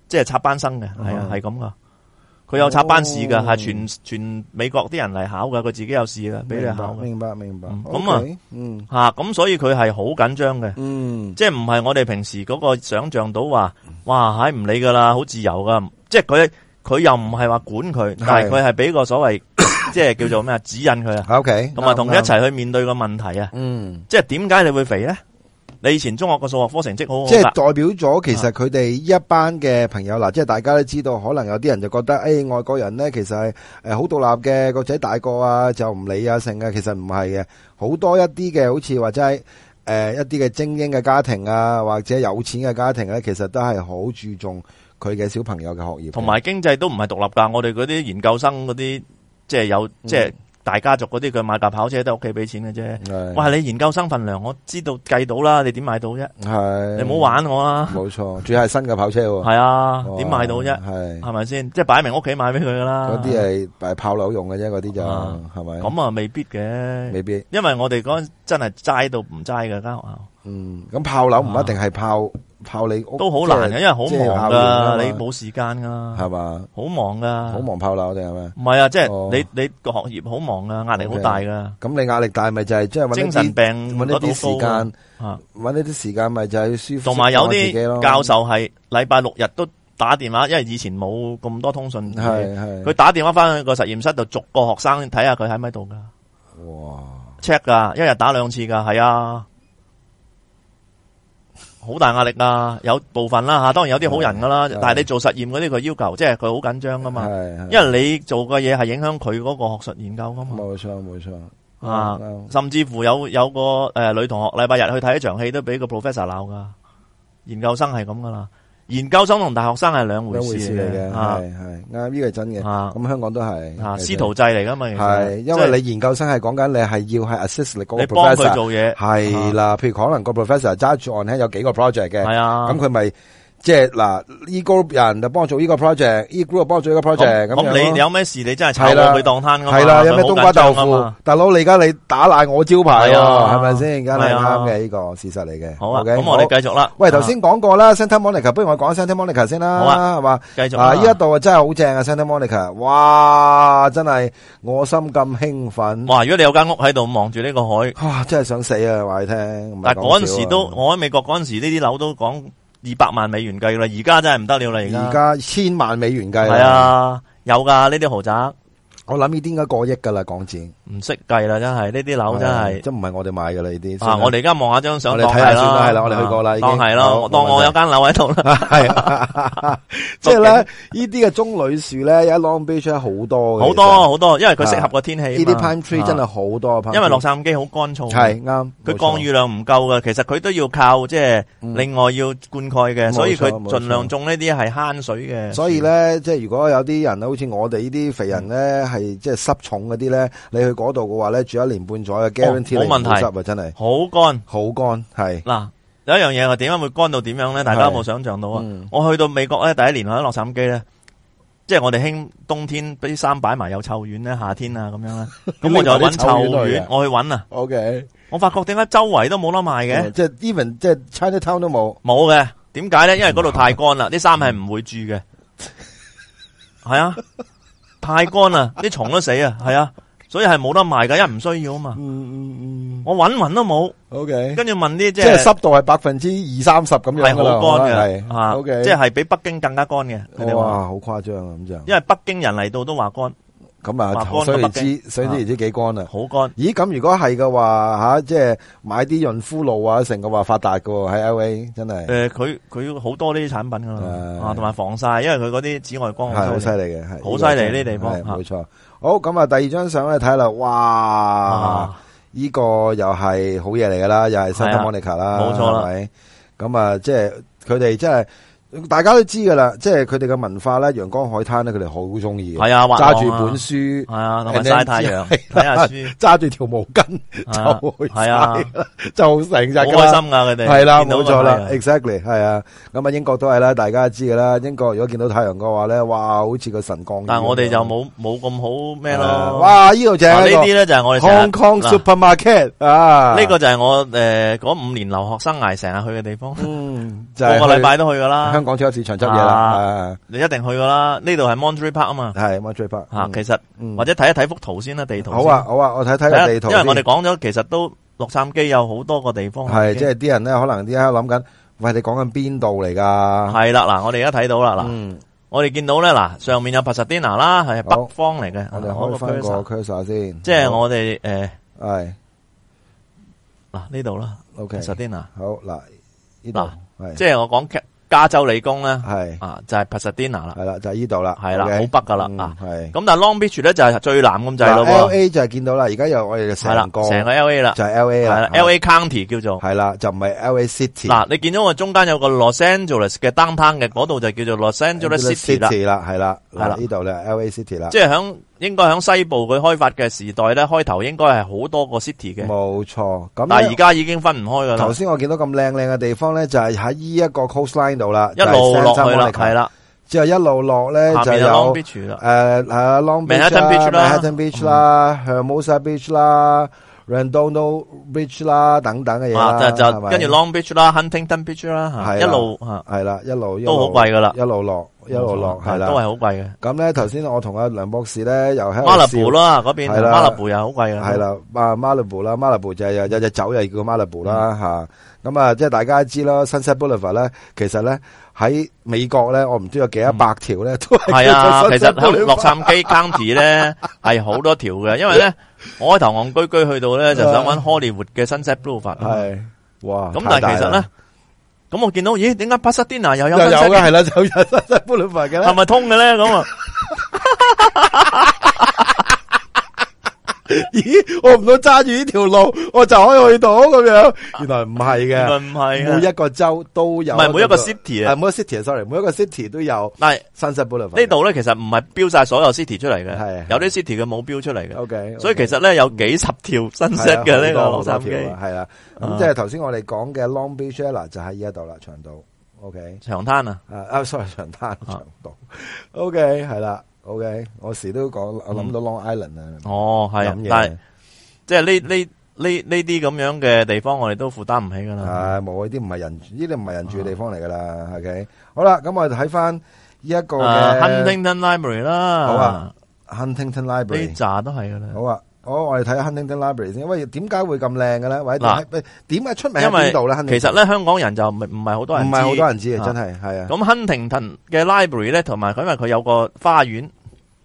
Speaker 3: 即係插班生嘅，係啊
Speaker 2: 嗯
Speaker 3: 係咁噶，佢有插班試噶，
Speaker 2: 哦
Speaker 3: 係全全美國啲人嚟考噶，佢自己有試噶，俾你考嘅，
Speaker 2: 明白明白，
Speaker 3: 嗯咁啊
Speaker 2: 咁啊，嗯
Speaker 3: 吓咁所以佢係好緊張嘅。
Speaker 2: 嗯
Speaker 3: 即係唔係我哋平時嗰個想像到話，哇，唉唔理噶啦，好自由噶，即係佢佢又唔係話管佢，但係佢係俾個所謂即係叫做咩啊指引佢啊，
Speaker 2: ，OK，
Speaker 3: 同埋同佢一
Speaker 2: 啱，啱
Speaker 3: 齊去面對個問題啊，
Speaker 2: 嗯。
Speaker 3: 即係點解你會肥咧？你以前中學個數學科成績好
Speaker 2: 即係
Speaker 3: 好
Speaker 2: 代表咗其實佢哋一班嘅朋友嗱，即係大家都知道，可能有啲人就覺得，诶、外國人咧其實係诶好獨立嘅，個仔大個啊就唔理啊成啊，其實唔係嘅，好多一啲嘅好似或者係诶一啲嘅精英嘅家庭啊，或者有錢嘅家庭咧，其實都係好注重佢嘅小朋友嘅學業嘅，
Speaker 3: 同埋經濟都唔係獨立㗎。我哋嗰啲研究生嗰啲即係有即係大家族嗰啲，佢買架跑車都係屋企俾錢嘅啫。
Speaker 2: 係
Speaker 3: 哇！你研究生份量，我知道計到啦，你點買到啫？
Speaker 2: 係
Speaker 3: 你唔好，玩我啦，
Speaker 2: 冇錯，仲要係新嘅跑車喎，
Speaker 3: 係啊，
Speaker 2: 哇
Speaker 3: 點買到啫？
Speaker 2: 係
Speaker 3: 係咪先？即係擺明屋企買俾佢噶啦。
Speaker 2: 嗰啲係係炮樓用嘅啫，嗰啲就
Speaker 3: 啊
Speaker 2: 係咪？
Speaker 3: 咁啊，未必嘅，
Speaker 2: 未必，
Speaker 3: 因為我哋嗰陣真係齋到唔齋嘅間學校，
Speaker 2: 嗯，咁炮樓唔一定係炮炮你屋，
Speaker 3: 都好難嘅，因為好忙
Speaker 2: 噶
Speaker 3: 噶，，你冇時間噶，
Speaker 2: 係嘛？
Speaker 3: 好忙噶，
Speaker 2: 啊好。忙炮樓定係咩？
Speaker 3: 唔係啊，即
Speaker 2: 哦
Speaker 3: 係你你個學業好忙噶，壓力好大噶，
Speaker 2: 咁你壓力大咪就係即係揾
Speaker 3: 精
Speaker 2: 一
Speaker 3: 神
Speaker 2: 啲
Speaker 3: 病
Speaker 2: 揾
Speaker 3: 率
Speaker 2: 一
Speaker 3: 好
Speaker 2: 啲時
Speaker 3: 高㗎
Speaker 2: 間，
Speaker 3: 啊
Speaker 2: 揾一啲時間咪就係舒服，
Speaker 3: 同埋有
Speaker 2: 舒服下自己咯
Speaker 3: 啲教授係禮拜六日都打電話，因為以前冇咁多通訊，
Speaker 2: 係
Speaker 3: 佢
Speaker 2: 係
Speaker 3: 打電話翻去個實驗室度逐個學生睇下佢喺咪度噶
Speaker 2: 哇！
Speaker 3: check 噶，一日打兩次噶，係啊，好大壓力啊，有部分啦吓，當然有啲好人噶啦
Speaker 2: 嗯係，
Speaker 3: 但係你做實驗嗰啲佢要求，即係佢好緊張噶嘛，
Speaker 2: 係係
Speaker 3: 因為你做嘅嘢係影響佢嗰個學術研究噶嘛。
Speaker 2: 冇錯冇錯
Speaker 3: 啊
Speaker 2: 啱
Speaker 3: 甚至乎有有個诶、呃女同學禮拜日去睇一場戲都俾個 professor 鬧噶，研究生係咁噶啦，研究生同大學生係兩回
Speaker 2: 兩回
Speaker 3: 事
Speaker 2: 事嚟嘅，
Speaker 3: 啊
Speaker 2: 係係啱，呢個係真嘅。
Speaker 3: 啊
Speaker 2: 咁香港都係
Speaker 3: 啊，师徒制嚟噶嘛，其實
Speaker 2: 系，因
Speaker 3: 即係
Speaker 2: 為你研究生係講緊你係要係 assist 你嗰
Speaker 3: 你
Speaker 2: 個
Speaker 3: 幫佢
Speaker 2: professor，
Speaker 3: 做嘢
Speaker 2: 係啦。譬如可能個 professor 揸住 on hand 有幾個 project 嘅，
Speaker 3: 係啊
Speaker 2: 咁，佢咪即係嗱，呢 group 人就幫我做呢個 project，呢 group 就幫我做呢個 project，咁樣
Speaker 3: 咁
Speaker 2: 咯
Speaker 3: 你有咩事你真係炒
Speaker 2: 係啦
Speaker 3: 我去當攤噶嘛，
Speaker 2: 系啦，有咩
Speaker 3: 佢好
Speaker 2: 冬瓜豆
Speaker 3: 緊張㗎
Speaker 2: 腐
Speaker 3: 嘛？
Speaker 2: 大佬，你而家你打爛我招牌喎，
Speaker 3: 係啊
Speaker 2: 係咪先？梗係
Speaker 3: 係啊
Speaker 2: 啱嘅呢個事實嚟嘅。
Speaker 3: 好啊，
Speaker 2: OK，
Speaker 3: 咁我
Speaker 2: 好
Speaker 3: 哋繼續啦。
Speaker 2: 喂，頭先講過啦，Santa Monica，不如我講 Santa Monica 先
Speaker 3: 好
Speaker 2: 啦，
Speaker 3: 啊
Speaker 2: 係嘛？
Speaker 3: 继续
Speaker 2: 啊！
Speaker 3: 啊
Speaker 2: 依一度啊真係好正啊，Santa Monica，哇！真係我心咁興奮，
Speaker 3: 哇，如果你有間屋喺度望住呢個海，
Speaker 2: 哇！真係想死啊！話你聽，唔係
Speaker 3: 但係
Speaker 2: 講笑
Speaker 3: 嗰阵
Speaker 2: 啊
Speaker 3: 时都我喺美國嗰阵时呢啲樓都講二百萬美元計啦，而家真係唔得了啦，
Speaker 2: 而家千萬美元計啦
Speaker 3: 系，啊，有噶呢啲豪宅，
Speaker 2: 我諗呢啲應該過億㗎啦，港紙
Speaker 3: 唔識計啦，真係呢啲啊樓真係
Speaker 2: 哦即唔係我哋買㗎啦呢啲
Speaker 3: 啊！我哋而家望下張相，
Speaker 2: 我哋睇下
Speaker 3: 當
Speaker 2: 先
Speaker 3: 係
Speaker 2: 啦
Speaker 3: 啦，
Speaker 2: 係啦我哋去過啦已經
Speaker 3: 當係
Speaker 2: 好
Speaker 3: 啦，
Speaker 2: 冇
Speaker 3: 當
Speaker 2: 問題
Speaker 3: 我有間樓喺度啦，
Speaker 2: 系
Speaker 3: (laughs)
Speaker 2: 啊，即系咧呢啲嘅棕櫚樹咧，而家 Long Beach 呢好多嘅，
Speaker 3: 好
Speaker 2: 其實
Speaker 3: 多好多，因為佢適合個天氣啊嘛。
Speaker 2: 呢啲 pine tree 真係
Speaker 3: 啊，
Speaker 2: 好多 pine tree，
Speaker 3: 因為洛杉磯好乾燥，
Speaker 2: 係啱，
Speaker 3: 佢
Speaker 2: 冇錯
Speaker 3: 降雨量唔夠嘅，其實佢都要靠即係
Speaker 2: 嗯
Speaker 3: 另外要灌溉
Speaker 2: 冇錯
Speaker 3: 嘅，所以佢
Speaker 2: 冇錯
Speaker 3: 盡量種呢啲係慳水嘅。
Speaker 2: 所以咧，即係如果有啲人好似我哋呢啲肥人咧，係即係濕重嗰啲咧，你去嗰度嘅話咧，住一年半載嘅 guarantee 你
Speaker 3: 哦冇
Speaker 2: 唔會
Speaker 3: 問題
Speaker 2: 濕啊，真係
Speaker 3: 好乾
Speaker 2: 好乾，係
Speaker 3: 嗱，有一樣嘢我點解會乾到點樣咧？大家有冇想象到啊？
Speaker 2: 嗯
Speaker 3: 我去到美國咧，第一年我喺洛杉磯咧，即係我哋興冬天啲衫擺埋有臭丸咧，夏天啊咁樣咧，咁我就揾
Speaker 2: (laughs) 你
Speaker 3: 臭
Speaker 2: 揾啲臭丸去啊
Speaker 3: 丸，我去揾啊！
Speaker 2: ，OK，
Speaker 3: 我發覺點解周圍都冇得賣嘅？
Speaker 2: 嗯即係 even 即係 Chinatown 都冇，
Speaker 3: 冇嘅，點解咧？因為嗰度太乾啦，啲衫
Speaker 2: 嗯
Speaker 3: 係唔會住嘅，係啊，太乾啦，啲蟲都死啊，係啊，所以係冇得賣噶，因為唔需要啊嘛。
Speaker 2: 嗯嗯嗯
Speaker 3: 我揾揾都冇，
Speaker 2: ，OK，
Speaker 3: 跟住問啲即
Speaker 2: 即係
Speaker 3: 係
Speaker 2: 濕度係百分之二三十咁樣
Speaker 3: 係
Speaker 2: 㗎啦
Speaker 3: 好乾
Speaker 2: 係
Speaker 3: 嘅啊
Speaker 2: OK
Speaker 3: 即係比北京更加乾嘅。佢哋話，
Speaker 2: 哇，好誇張啊咁就，
Speaker 3: 因為北京人嚟到都話乾，
Speaker 2: 咁啊，
Speaker 3: 話乾
Speaker 2: 所以
Speaker 3: 過北
Speaker 2: 知，
Speaker 3: 京
Speaker 2: 所以而知幾乾啊。
Speaker 3: 好乾。
Speaker 2: 咦，咁如果係嘅話，吓、即係買啲潤膚露啊，成嘅話發達嘅喎，喺 L A 真係
Speaker 3: 诶，佢佢好多呢啲產品噶啦
Speaker 2: 係，
Speaker 3: 啊，同埋防曬，因為佢嗰啲紫外光
Speaker 2: 係好
Speaker 3: 好
Speaker 2: 犀
Speaker 3: 犀利。
Speaker 2: 利嘅，係
Speaker 3: 好犀利呢地方
Speaker 2: 係
Speaker 3: 嚇
Speaker 2: 冇錯。好，咁啊，第二張相咧睇啦，哇，
Speaker 3: 啊
Speaker 2: 呢、個又係好嘢嚟噶啦，又係 Santa
Speaker 3: 係啊
Speaker 2: Monica 啦，
Speaker 3: 冇錯啦
Speaker 2: 係咪。咁啊，即係佢哋即係大家都知噶啦，即係佢哋嘅文化咧，陽光海灘咧，佢哋好中意嘅，
Speaker 3: 係啊，滑浪啊
Speaker 2: 揸住本書，
Speaker 3: 係啊，同埋
Speaker 2: and then
Speaker 3: 曬太陽，
Speaker 2: 之
Speaker 3: (laughs) 睇下
Speaker 2: (laughs)
Speaker 3: 書，
Speaker 2: 揸住條毛巾
Speaker 3: 係啊
Speaker 2: 就去
Speaker 3: 係啊
Speaker 2: 曬啦，就成日
Speaker 3: 好
Speaker 2: 㗎啦
Speaker 3: 開。心噶佢哋。
Speaker 2: 系啦，
Speaker 3: 見到
Speaker 2: 冇
Speaker 3: 個
Speaker 2: 錯啦
Speaker 3: 太陽
Speaker 2: ，exactly 係啊。咁啊，英國都係啦，大家知噶啦。英國如果見到太陽嘅話咧，哇，好似個神降雨咁樣。啊
Speaker 3: 但係我哋就冇冇咁
Speaker 2: Dạ.
Speaker 3: 好咩咯。
Speaker 2: 哇，呢度正
Speaker 3: 嗱，呢
Speaker 2: 一個
Speaker 3: 啲咧就係我哋成日
Speaker 2: Hong Kong
Speaker 3: 嗱
Speaker 2: supermarket 啊，
Speaker 3: 呢個就係我诶嗰五年留學生涯成日去嘅地方，
Speaker 2: 嗯就係
Speaker 3: 個個禮
Speaker 2: 去
Speaker 3: 拜都去噶啦
Speaker 2: 香，港超級市場執嘢啦
Speaker 3: 啊，你一定去噶啦。呢度係 Monterey Park 啊嘛，
Speaker 2: 係 m o n t r e
Speaker 3: 吓，其實或者睇一睇幅圖先啦，地圖先。
Speaker 2: 好啊，好啊，我睇睇個地圖
Speaker 3: 因為
Speaker 2: 先。
Speaker 3: 我哋講咗，其實都洛杉磯有好多個地方
Speaker 2: 係
Speaker 3: 已
Speaker 2: 即
Speaker 3: 經
Speaker 2: 係啲人咧，可能啲喺度諗緊，喂，你講緊邊度嚟㗎？
Speaker 3: 系啦，嗱，我哋而家睇到啦，嗱，
Speaker 2: 嗯，
Speaker 3: 我哋見到咧，嗱，上面有 Pasadena 啦，係
Speaker 2: 好
Speaker 3: 北方嚟嘅，
Speaker 2: 我哋
Speaker 3: 嗱嗰
Speaker 2: 開
Speaker 3: 個
Speaker 2: 翻個
Speaker 3: cursor
Speaker 2: cursor 先，
Speaker 3: 即係我哋诶
Speaker 2: 係
Speaker 3: 嗱呢度啦
Speaker 2: OK，
Speaker 3: ，Pasadena，
Speaker 2: 好嗱，呢
Speaker 3: 嗱
Speaker 2: 度係
Speaker 3: 即係我講加州理工咧，
Speaker 2: 係。
Speaker 3: 啊就係 Pasadena 啦
Speaker 2: 系，啦，就係呢度啦，
Speaker 3: 係啦，好北噶啦，啊，
Speaker 2: 系
Speaker 3: 咁但係 Long Beach 咧就係最南咁滯咯
Speaker 2: ，L
Speaker 3: 喎，
Speaker 2: A 就係見到啦，而家又我哋嘅
Speaker 3: 係啦
Speaker 2: 成，個
Speaker 3: 成個 L A 啦，
Speaker 2: 就係 L A
Speaker 3: 係
Speaker 2: 啦
Speaker 3: 啦，L A County 叫做。
Speaker 2: 係啦，就唔係 L A City
Speaker 3: 嗱，你見到我中間有個 Los Angeles 嘅 downtown 嘅，嗰度就叫做 Los Angeles City 啦，
Speaker 2: City 啦，係啦，
Speaker 3: 係啦
Speaker 2: 嗱呢度咧 L A City 啦，
Speaker 3: 即係響應該喺西部佢開發嘅時代咧，開頭應該係好多個 city 嘅，
Speaker 2: 冇錯。咁
Speaker 3: 但
Speaker 2: 呢
Speaker 3: 係而家已經分唔開噶
Speaker 2: 頭
Speaker 3: 啦，
Speaker 2: 先我見到咁靚靚嘅地方咧，就係喺呢一個 coastline 度啦，
Speaker 3: 一路落去
Speaker 2: 就係
Speaker 3: 啦，
Speaker 2: Santa Monica
Speaker 3: 係啦，
Speaker 2: 之後一路落咧
Speaker 3: 下
Speaker 2: 就
Speaker 3: 面就 Long
Speaker 2: 有
Speaker 3: Beach 啦，
Speaker 2: 诶诶 Long
Speaker 3: Manhattan Beach 啦
Speaker 2: Manhattan Beach 啦、Hermosa Beach 啦、Redondo Beach 啦等等嘅嘢啦，
Speaker 3: 啊就就
Speaker 2: 係咪
Speaker 3: 跟住 Long Beach 啦，Huntington Beach 啦，嚇
Speaker 2: 係啦
Speaker 3: 一路嚇
Speaker 2: 係啦，一路
Speaker 3: 都好貴㗎啦
Speaker 2: 一路落一路落係
Speaker 3: 都係
Speaker 2: 啦。
Speaker 3: 好貴嘅。
Speaker 2: 咁咧頭先我同阿梁博士咧又喺
Speaker 3: 馬勒
Speaker 2: 度
Speaker 3: 布啦，嗰邊
Speaker 2: 係啦
Speaker 3: 馬勒布又好貴嘅，
Speaker 2: 系，啦，啊 Malibu 啦，Malibu 就係有有隻酒又叫 Malibu 啦吓，咁啊即係大家知啦，Sunset Boulevard 咧，其實咧喺美國咧，我唔知有幾多百條咧，都係
Speaker 3: 係
Speaker 2: (laughs)
Speaker 3: 啊，
Speaker 2: 叫做
Speaker 3: 其
Speaker 2: Sunset
Speaker 3: 實喺
Speaker 2: Boulevard
Speaker 3: 洛杉磯 county 咧係好多條嘅，因
Speaker 2: (laughs)
Speaker 3: 為咧我開頭戇居居去到咧就想揾 Hollywood 嘅 Sunset Boulevard，
Speaker 2: 係哇，
Speaker 3: 咁
Speaker 2: 太
Speaker 3: 但
Speaker 2: 大
Speaker 3: 係其實咧
Speaker 2: 啦，
Speaker 3: 咁我見到咦點解 Pasadena 又有
Speaker 2: 又有
Speaker 3: Sunset
Speaker 2: 嘅係啦，就有 Sunset Boulevard 嘅
Speaker 3: 系
Speaker 2: 啦，
Speaker 3: 咪通嘅咧？咁啊，
Speaker 2: 咦，我唔到揸住呢條路，我就可以去到咁樣，原來唔
Speaker 3: 原來
Speaker 2: (laughs) 係嘅，
Speaker 3: 唔係啊，
Speaker 2: 每一個州都有，
Speaker 3: 唔係每一個 city
Speaker 2: 啊，
Speaker 3: 啊。
Speaker 2: 每一個 city，sorry，每一個 city 都有
Speaker 3: 但係
Speaker 2: Sunset Boulevard
Speaker 3: 呢度咧，其實唔係標晒所有 city 出嚟
Speaker 2: 係
Speaker 3: 嘅，有啲 city 嘅冇標出嚟嘅，
Speaker 2: ，OK，
Speaker 3: 所以其實咧有幾十條 (laughs) 新 set 嘅呢個洛杉磯
Speaker 2: 系啦，咁
Speaker 3: 啊
Speaker 2: 即系头先我哋讲嘅 Long Beach Ella 就喺呢一度啦，長島 OK，
Speaker 3: 長灘啊，
Speaker 2: 啊啊，sorry，長灘長島，OK 係啦，OK，我時都講我諗到 Long Island 啊，
Speaker 3: 哦係啊
Speaker 2: 諗，
Speaker 3: 但
Speaker 2: 嘢
Speaker 3: 係即係呢呢呢呢啲咁樣嘅地方，我哋都負擔唔起㗎啦。
Speaker 2: 啊，冇呢啲唔係人，呢啲唔係人住嘅地方嚟噶啦，OK，好啦，咁我哋睇翻呢一個
Speaker 3: 啊
Speaker 2: 嘅
Speaker 3: ，Huntington Library
Speaker 2: 好
Speaker 3: 啦
Speaker 2: 啊，Huntington
Speaker 3: 呢
Speaker 2: Library，
Speaker 3: 扎都係㗎啦。
Speaker 2: 好啊。好，我哋睇下 Huntington Library 先，因為點解會咁靚嘅咧？或者
Speaker 3: 嗱
Speaker 2: 點解點解出名喺
Speaker 3: 因為
Speaker 2: 邊度咧？
Speaker 3: 其實咧，香港人就唔唔係好多
Speaker 2: Huntington？唔
Speaker 3: 人知，
Speaker 2: 係好多人知嘅，
Speaker 3: 啊
Speaker 2: 真係係啊。
Speaker 3: 咁亨廷頓嘅 library 咧，同埋佢因為佢有個花園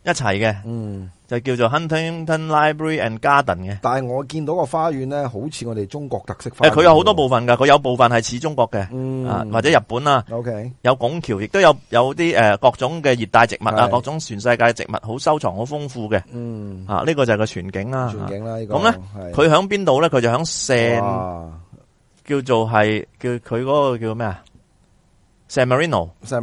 Speaker 3: 一齊嘅，
Speaker 2: 嗯。
Speaker 3: 就叫做 Huntington Library and Garden 嘅。
Speaker 2: 但系我見到個花園咧，好似我哋中國特色花
Speaker 3: 誒，
Speaker 2: 園喎。
Speaker 3: 佢有好多部分㗎，佢有部分係似中國嘅，
Speaker 2: 嗯，
Speaker 3: 啊或者日本啊，
Speaker 2: OK
Speaker 3: 有拱橋，亦都有有啲誒、呃各種嘅熱帶植物啊，
Speaker 2: 係
Speaker 3: 各種全世界嘅植物好收藏好豐富嘅。
Speaker 2: 嗯，
Speaker 3: 啊，呢、個就係個全景啦。
Speaker 2: 全景啦呢個
Speaker 3: 咁呢
Speaker 2: 係
Speaker 3: 啊佢響邊度咧？佢就響聖
Speaker 2: 哇
Speaker 3: 叫做係叫佢嗰個叫咩啊？San Marino，San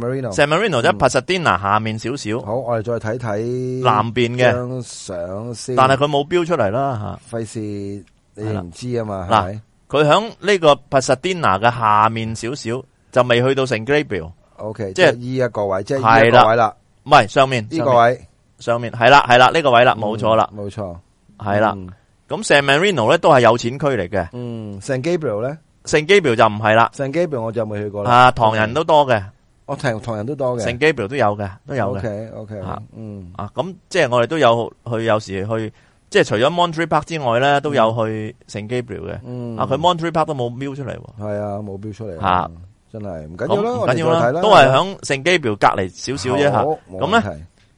Speaker 2: San Marino
Speaker 3: Marino 就喺 Pasadena 下面少少
Speaker 2: 好，我哋再睇睇
Speaker 3: 南邊嘅。
Speaker 2: 張相先，
Speaker 3: 但係佢冇標出嚟啦
Speaker 2: 費事你
Speaker 3: 係啦
Speaker 2: 唔知啊嘛，
Speaker 3: 嗱
Speaker 2: 係咪
Speaker 3: 吓，佢響呢個 Pasadena 嘅下面少少，就未去到 San Gabriel，
Speaker 2: ？OK，即
Speaker 3: 即係
Speaker 2: 係依一個位，即係依一個位啦，
Speaker 3: 唔係上面
Speaker 2: 呢
Speaker 3: 上
Speaker 2: 個
Speaker 3: 面
Speaker 2: 位
Speaker 3: 上面係啦係啦呢個位啦，冇錯啦
Speaker 2: 嗯冇錯，
Speaker 3: 係啦。
Speaker 2: 嗯，
Speaker 3: 咁 San Marino 咧都係有錢區嚟嘅
Speaker 2: 嗯，San Gabriel 咧
Speaker 3: ，San Gabriel 就唔係啦，
Speaker 2: ，San Gabriel 我就未去過啦，
Speaker 3: 啊唐人都多嘅
Speaker 2: 我唐唐人都多嘅
Speaker 3: ，San Gabriel 都有嘅都有嘅
Speaker 2: ，OK OK，
Speaker 3: 啊
Speaker 2: 嗯，
Speaker 3: 啊咁即係我哋都有去，有時去即係除咗 Monterey Park 之外咧，都有去 San Gabriel 嘅。
Speaker 2: 嗯，
Speaker 3: 啊佢 Monterey Park 都冇標出嚟喎，
Speaker 2: 系啊，冇標出嚟
Speaker 3: 嚇
Speaker 2: 真係唔緊
Speaker 3: 咁
Speaker 2: 要啦，
Speaker 3: 唔
Speaker 2: 我哋
Speaker 3: 緊要啦
Speaker 2: 再睇，啦，
Speaker 3: 都係響 San Gabriel 隔離少少啫吓。
Speaker 2: 好
Speaker 3: 咁，
Speaker 2: 冇問題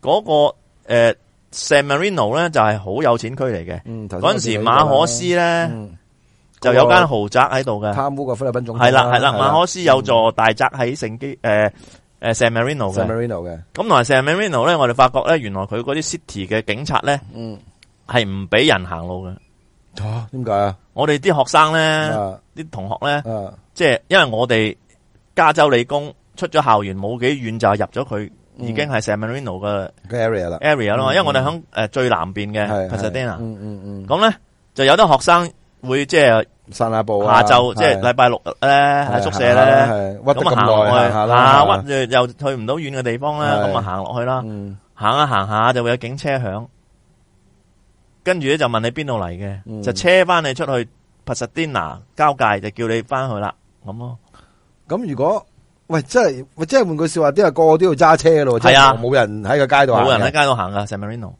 Speaker 3: 嗰、個呃 San Marino 咧就係好有錢區嚟嘅。
Speaker 2: 嗯，
Speaker 3: 嗰陣時馬可斯咧
Speaker 2: 嗯
Speaker 3: 就有間豪宅喺度嘅，
Speaker 2: 貪污個菲律賓總統
Speaker 3: 係啦係啦，馬可斯有座大宅喺聖基誒誒呃 San
Speaker 2: 嗯
Speaker 3: Marino
Speaker 2: San
Speaker 3: 嘅。
Speaker 2: Marino 嘅，
Speaker 3: 咁同埋 San Marino 咧，我哋發覺咧，原來佢嗰啲 city 嘅警察咧
Speaker 2: 嗯，
Speaker 3: 係唔俾人行路嘅。
Speaker 2: 嚇點解啊？
Speaker 3: 我哋啲學生咧，
Speaker 2: 啊
Speaker 3: 啲同學咧，
Speaker 2: 啊，
Speaker 3: 即係因為我哋加州理工出咗校園冇幾遠就入咗佢，已經係 San Marino 嘅
Speaker 2: 個 Ừ, area 啦，
Speaker 3: area 啦嘛。
Speaker 2: 嗯
Speaker 3: 因為我哋響誒最南邊嘅
Speaker 2: 係
Speaker 3: Pasadena
Speaker 2: 係。嗯嗯嗯，
Speaker 3: 咁咧就有啲學生會即係
Speaker 2: 散下步啊，
Speaker 3: 下晝即係禮拜六咧喺宿舍咧，
Speaker 2: 咧，屈得
Speaker 3: 咁啊
Speaker 2: 咁
Speaker 3: 行落
Speaker 2: 耐
Speaker 3: 去
Speaker 2: 行下啦，
Speaker 3: 下屈又又去唔到遠嘅地方咧，
Speaker 2: 係
Speaker 3: 咁啊行落去啦，
Speaker 2: 嗯
Speaker 3: 行下行下就會有警車響，跟住咧就問你邊度嚟
Speaker 2: 嗯
Speaker 3: 嘅，就車翻你出去 Pasadena 交界，就叫你翻去啦，咁咯，
Speaker 2: 咁如果喂，真係喂，真係換句説話，啲人個個都要揸車嘅咯，
Speaker 3: 係啊
Speaker 2: 即係冇人喺個街度行
Speaker 3: 冇
Speaker 2: 嘅，
Speaker 3: 人喺街度行噶，San Marino。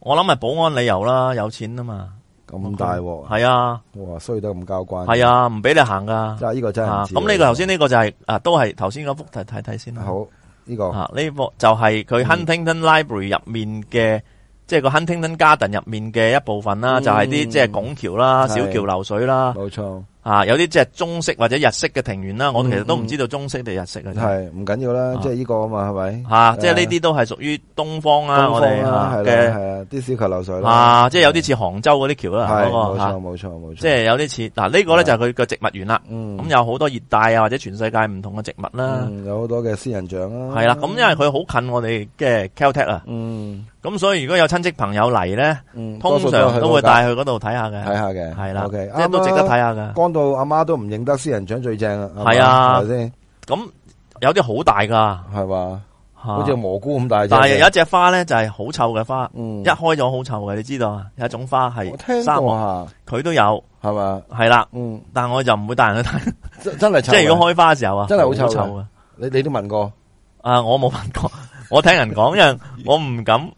Speaker 3: 我諗係保安理由啦，有錢啊嘛，
Speaker 2: 咁大喎，
Speaker 3: 係啊
Speaker 2: 哇，衰得咁交關，
Speaker 3: 係啊，唔俾你行噶。
Speaker 2: 真係呢個真係
Speaker 3: 啊
Speaker 2: 唔知
Speaker 3: 咁呢個頭先呢個就係啊，都係頭先嗰幅睇睇睇先啦。
Speaker 2: 好嗯呢個。
Speaker 3: 啊，呢個就係佢 Huntington Library 入面嘅，即係個 Huntington Garden 入面嘅一部分啦，
Speaker 2: 嗯
Speaker 3: 就係啲即係拱橋啦、
Speaker 2: 係
Speaker 3: 小橋流水啦，
Speaker 2: 冇錯，
Speaker 3: 啊，有啲即係中式或者日式嘅庭園啦，我
Speaker 2: 嗯
Speaker 3: 其實都唔知道中式定日式啊嘅啫。
Speaker 2: 係唔緊要啦，
Speaker 3: 啊
Speaker 2: 即係呢個啊嘛，係咪？
Speaker 3: 吓，即係呢啲都係屬於東方啦，
Speaker 2: 東
Speaker 3: 我
Speaker 2: 方
Speaker 3: 哋
Speaker 2: 啦，
Speaker 3: 啊
Speaker 2: 係啦，
Speaker 3: 嘅
Speaker 2: 係啊，啲小橋流水啦，
Speaker 3: 啊，即係有啲似杭州嗰啲橋啦，
Speaker 2: 係
Speaker 3: 嗰
Speaker 2: 冇
Speaker 3: 個
Speaker 2: 錯
Speaker 3: 吓，
Speaker 2: 冇錯冇錯，
Speaker 3: 即係有啲似嗱呢個咧就係佢嘅植物園啦。
Speaker 2: 嗯
Speaker 3: 咁有好多熱帶啊，或者全世界唔同嘅植物啦，
Speaker 2: 嗯有好多嘅仙人掌啦，
Speaker 3: 係啦。咁因為佢好近我哋嘅 Caltech 啊，
Speaker 2: 嗯
Speaker 3: 咁咁所以如果有親戚朋友嚟咧，
Speaker 2: 嗯，
Speaker 3: 通
Speaker 2: 多數
Speaker 3: 常都
Speaker 2: 會
Speaker 3: 會
Speaker 2: 帶
Speaker 3: 帶去嗰度睇下
Speaker 2: 睇
Speaker 3: 嘅，
Speaker 2: 下嘅，
Speaker 3: 係啦，
Speaker 2: ，OK，啊
Speaker 3: 即係都值得睇。下噶
Speaker 2: 啱。乾到阿媽都唔認得，仙人掌最正啊，
Speaker 3: 係啊
Speaker 2: 係咪先？
Speaker 3: 咁有啲好大噶，
Speaker 2: 係嘛，好似
Speaker 3: 嚇
Speaker 2: 蘑菇咁大隻嘅。
Speaker 3: 但係有一隻花咧就係好臭嘅花，
Speaker 2: 嗯
Speaker 3: 一，開咗好臭嘅，你知道啊？有一種花
Speaker 2: 我
Speaker 3: 係
Speaker 2: 聽
Speaker 3: 沙
Speaker 2: 過
Speaker 3: 漠，
Speaker 2: 下，
Speaker 3: 佢都有，
Speaker 2: 係嘛，
Speaker 3: 係啦。
Speaker 2: 嗯，
Speaker 3: 但我就唔會帶人去睇，
Speaker 2: 真真係
Speaker 3: 即
Speaker 2: 臭嘅。
Speaker 3: 係如果開花嘅時候啊，
Speaker 2: 真係好臭
Speaker 3: 好
Speaker 2: 嘅
Speaker 3: 臭啊！
Speaker 2: 你你都問過
Speaker 3: 啊，我冇問過，我聽人講，因為我唔敢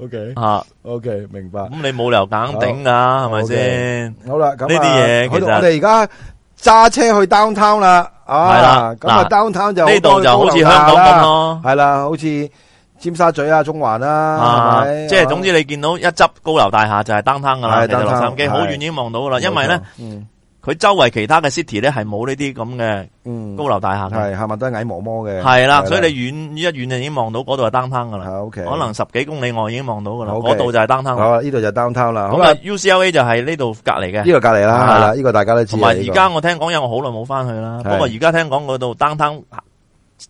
Speaker 2: ，OK
Speaker 3: 啊。
Speaker 2: OK，明白
Speaker 3: 咁。你冇理由夾硬頂噶，係咪先？
Speaker 2: 好啦，咁啊
Speaker 3: 呢啲嘢
Speaker 2: 去到
Speaker 3: 其實
Speaker 2: 我哋而家揸車去 downtown 啦，啊，
Speaker 3: 係啦
Speaker 2: 咁啊
Speaker 3: 嗱
Speaker 2: downtown 就
Speaker 3: 呢度就好似香港咁咯，
Speaker 2: 系啦，好似尖沙咀啊、中環啦，
Speaker 3: 啊
Speaker 2: 係咪，
Speaker 3: 即係總之你見到一執高樓大廈就係 downtown 噶啦，
Speaker 2: 係
Speaker 3: 其實
Speaker 2: downtown，
Speaker 3: 洛杉磯好
Speaker 2: 係
Speaker 3: 遠已經望到噶啦，因為咧，
Speaker 2: 嗯
Speaker 3: 佢周圍其他嘅 city 咧係冇呢啲咁嘅
Speaker 2: 嗯，
Speaker 3: 高樓大廈嘅，
Speaker 2: 係下面都係矮摩摩嘅，
Speaker 3: 係啦，
Speaker 2: 係啦
Speaker 3: 所以你遠一遠就已經望到嗰度係 downtown 噶啦，
Speaker 2: O K，
Speaker 3: 可能十幾公里外已經望到噶啦，
Speaker 2: 嗯 OK
Speaker 3: 嗰度就係 downtown 啦。
Speaker 2: 好啦，呢度就 downtown 啦，好
Speaker 3: 咁
Speaker 2: 啦
Speaker 3: 啊，，UCLA 就係呢度隔離
Speaker 2: 呢
Speaker 3: 嘅，
Speaker 2: 度隔離啦，
Speaker 3: 啊
Speaker 2: 係啦，呢個大家都知
Speaker 3: 同
Speaker 2: 啊。
Speaker 3: 埋
Speaker 2: 呢個
Speaker 3: 而家我聽講，因為我好耐冇翻去啦，不過而家聽講嗰度 downtown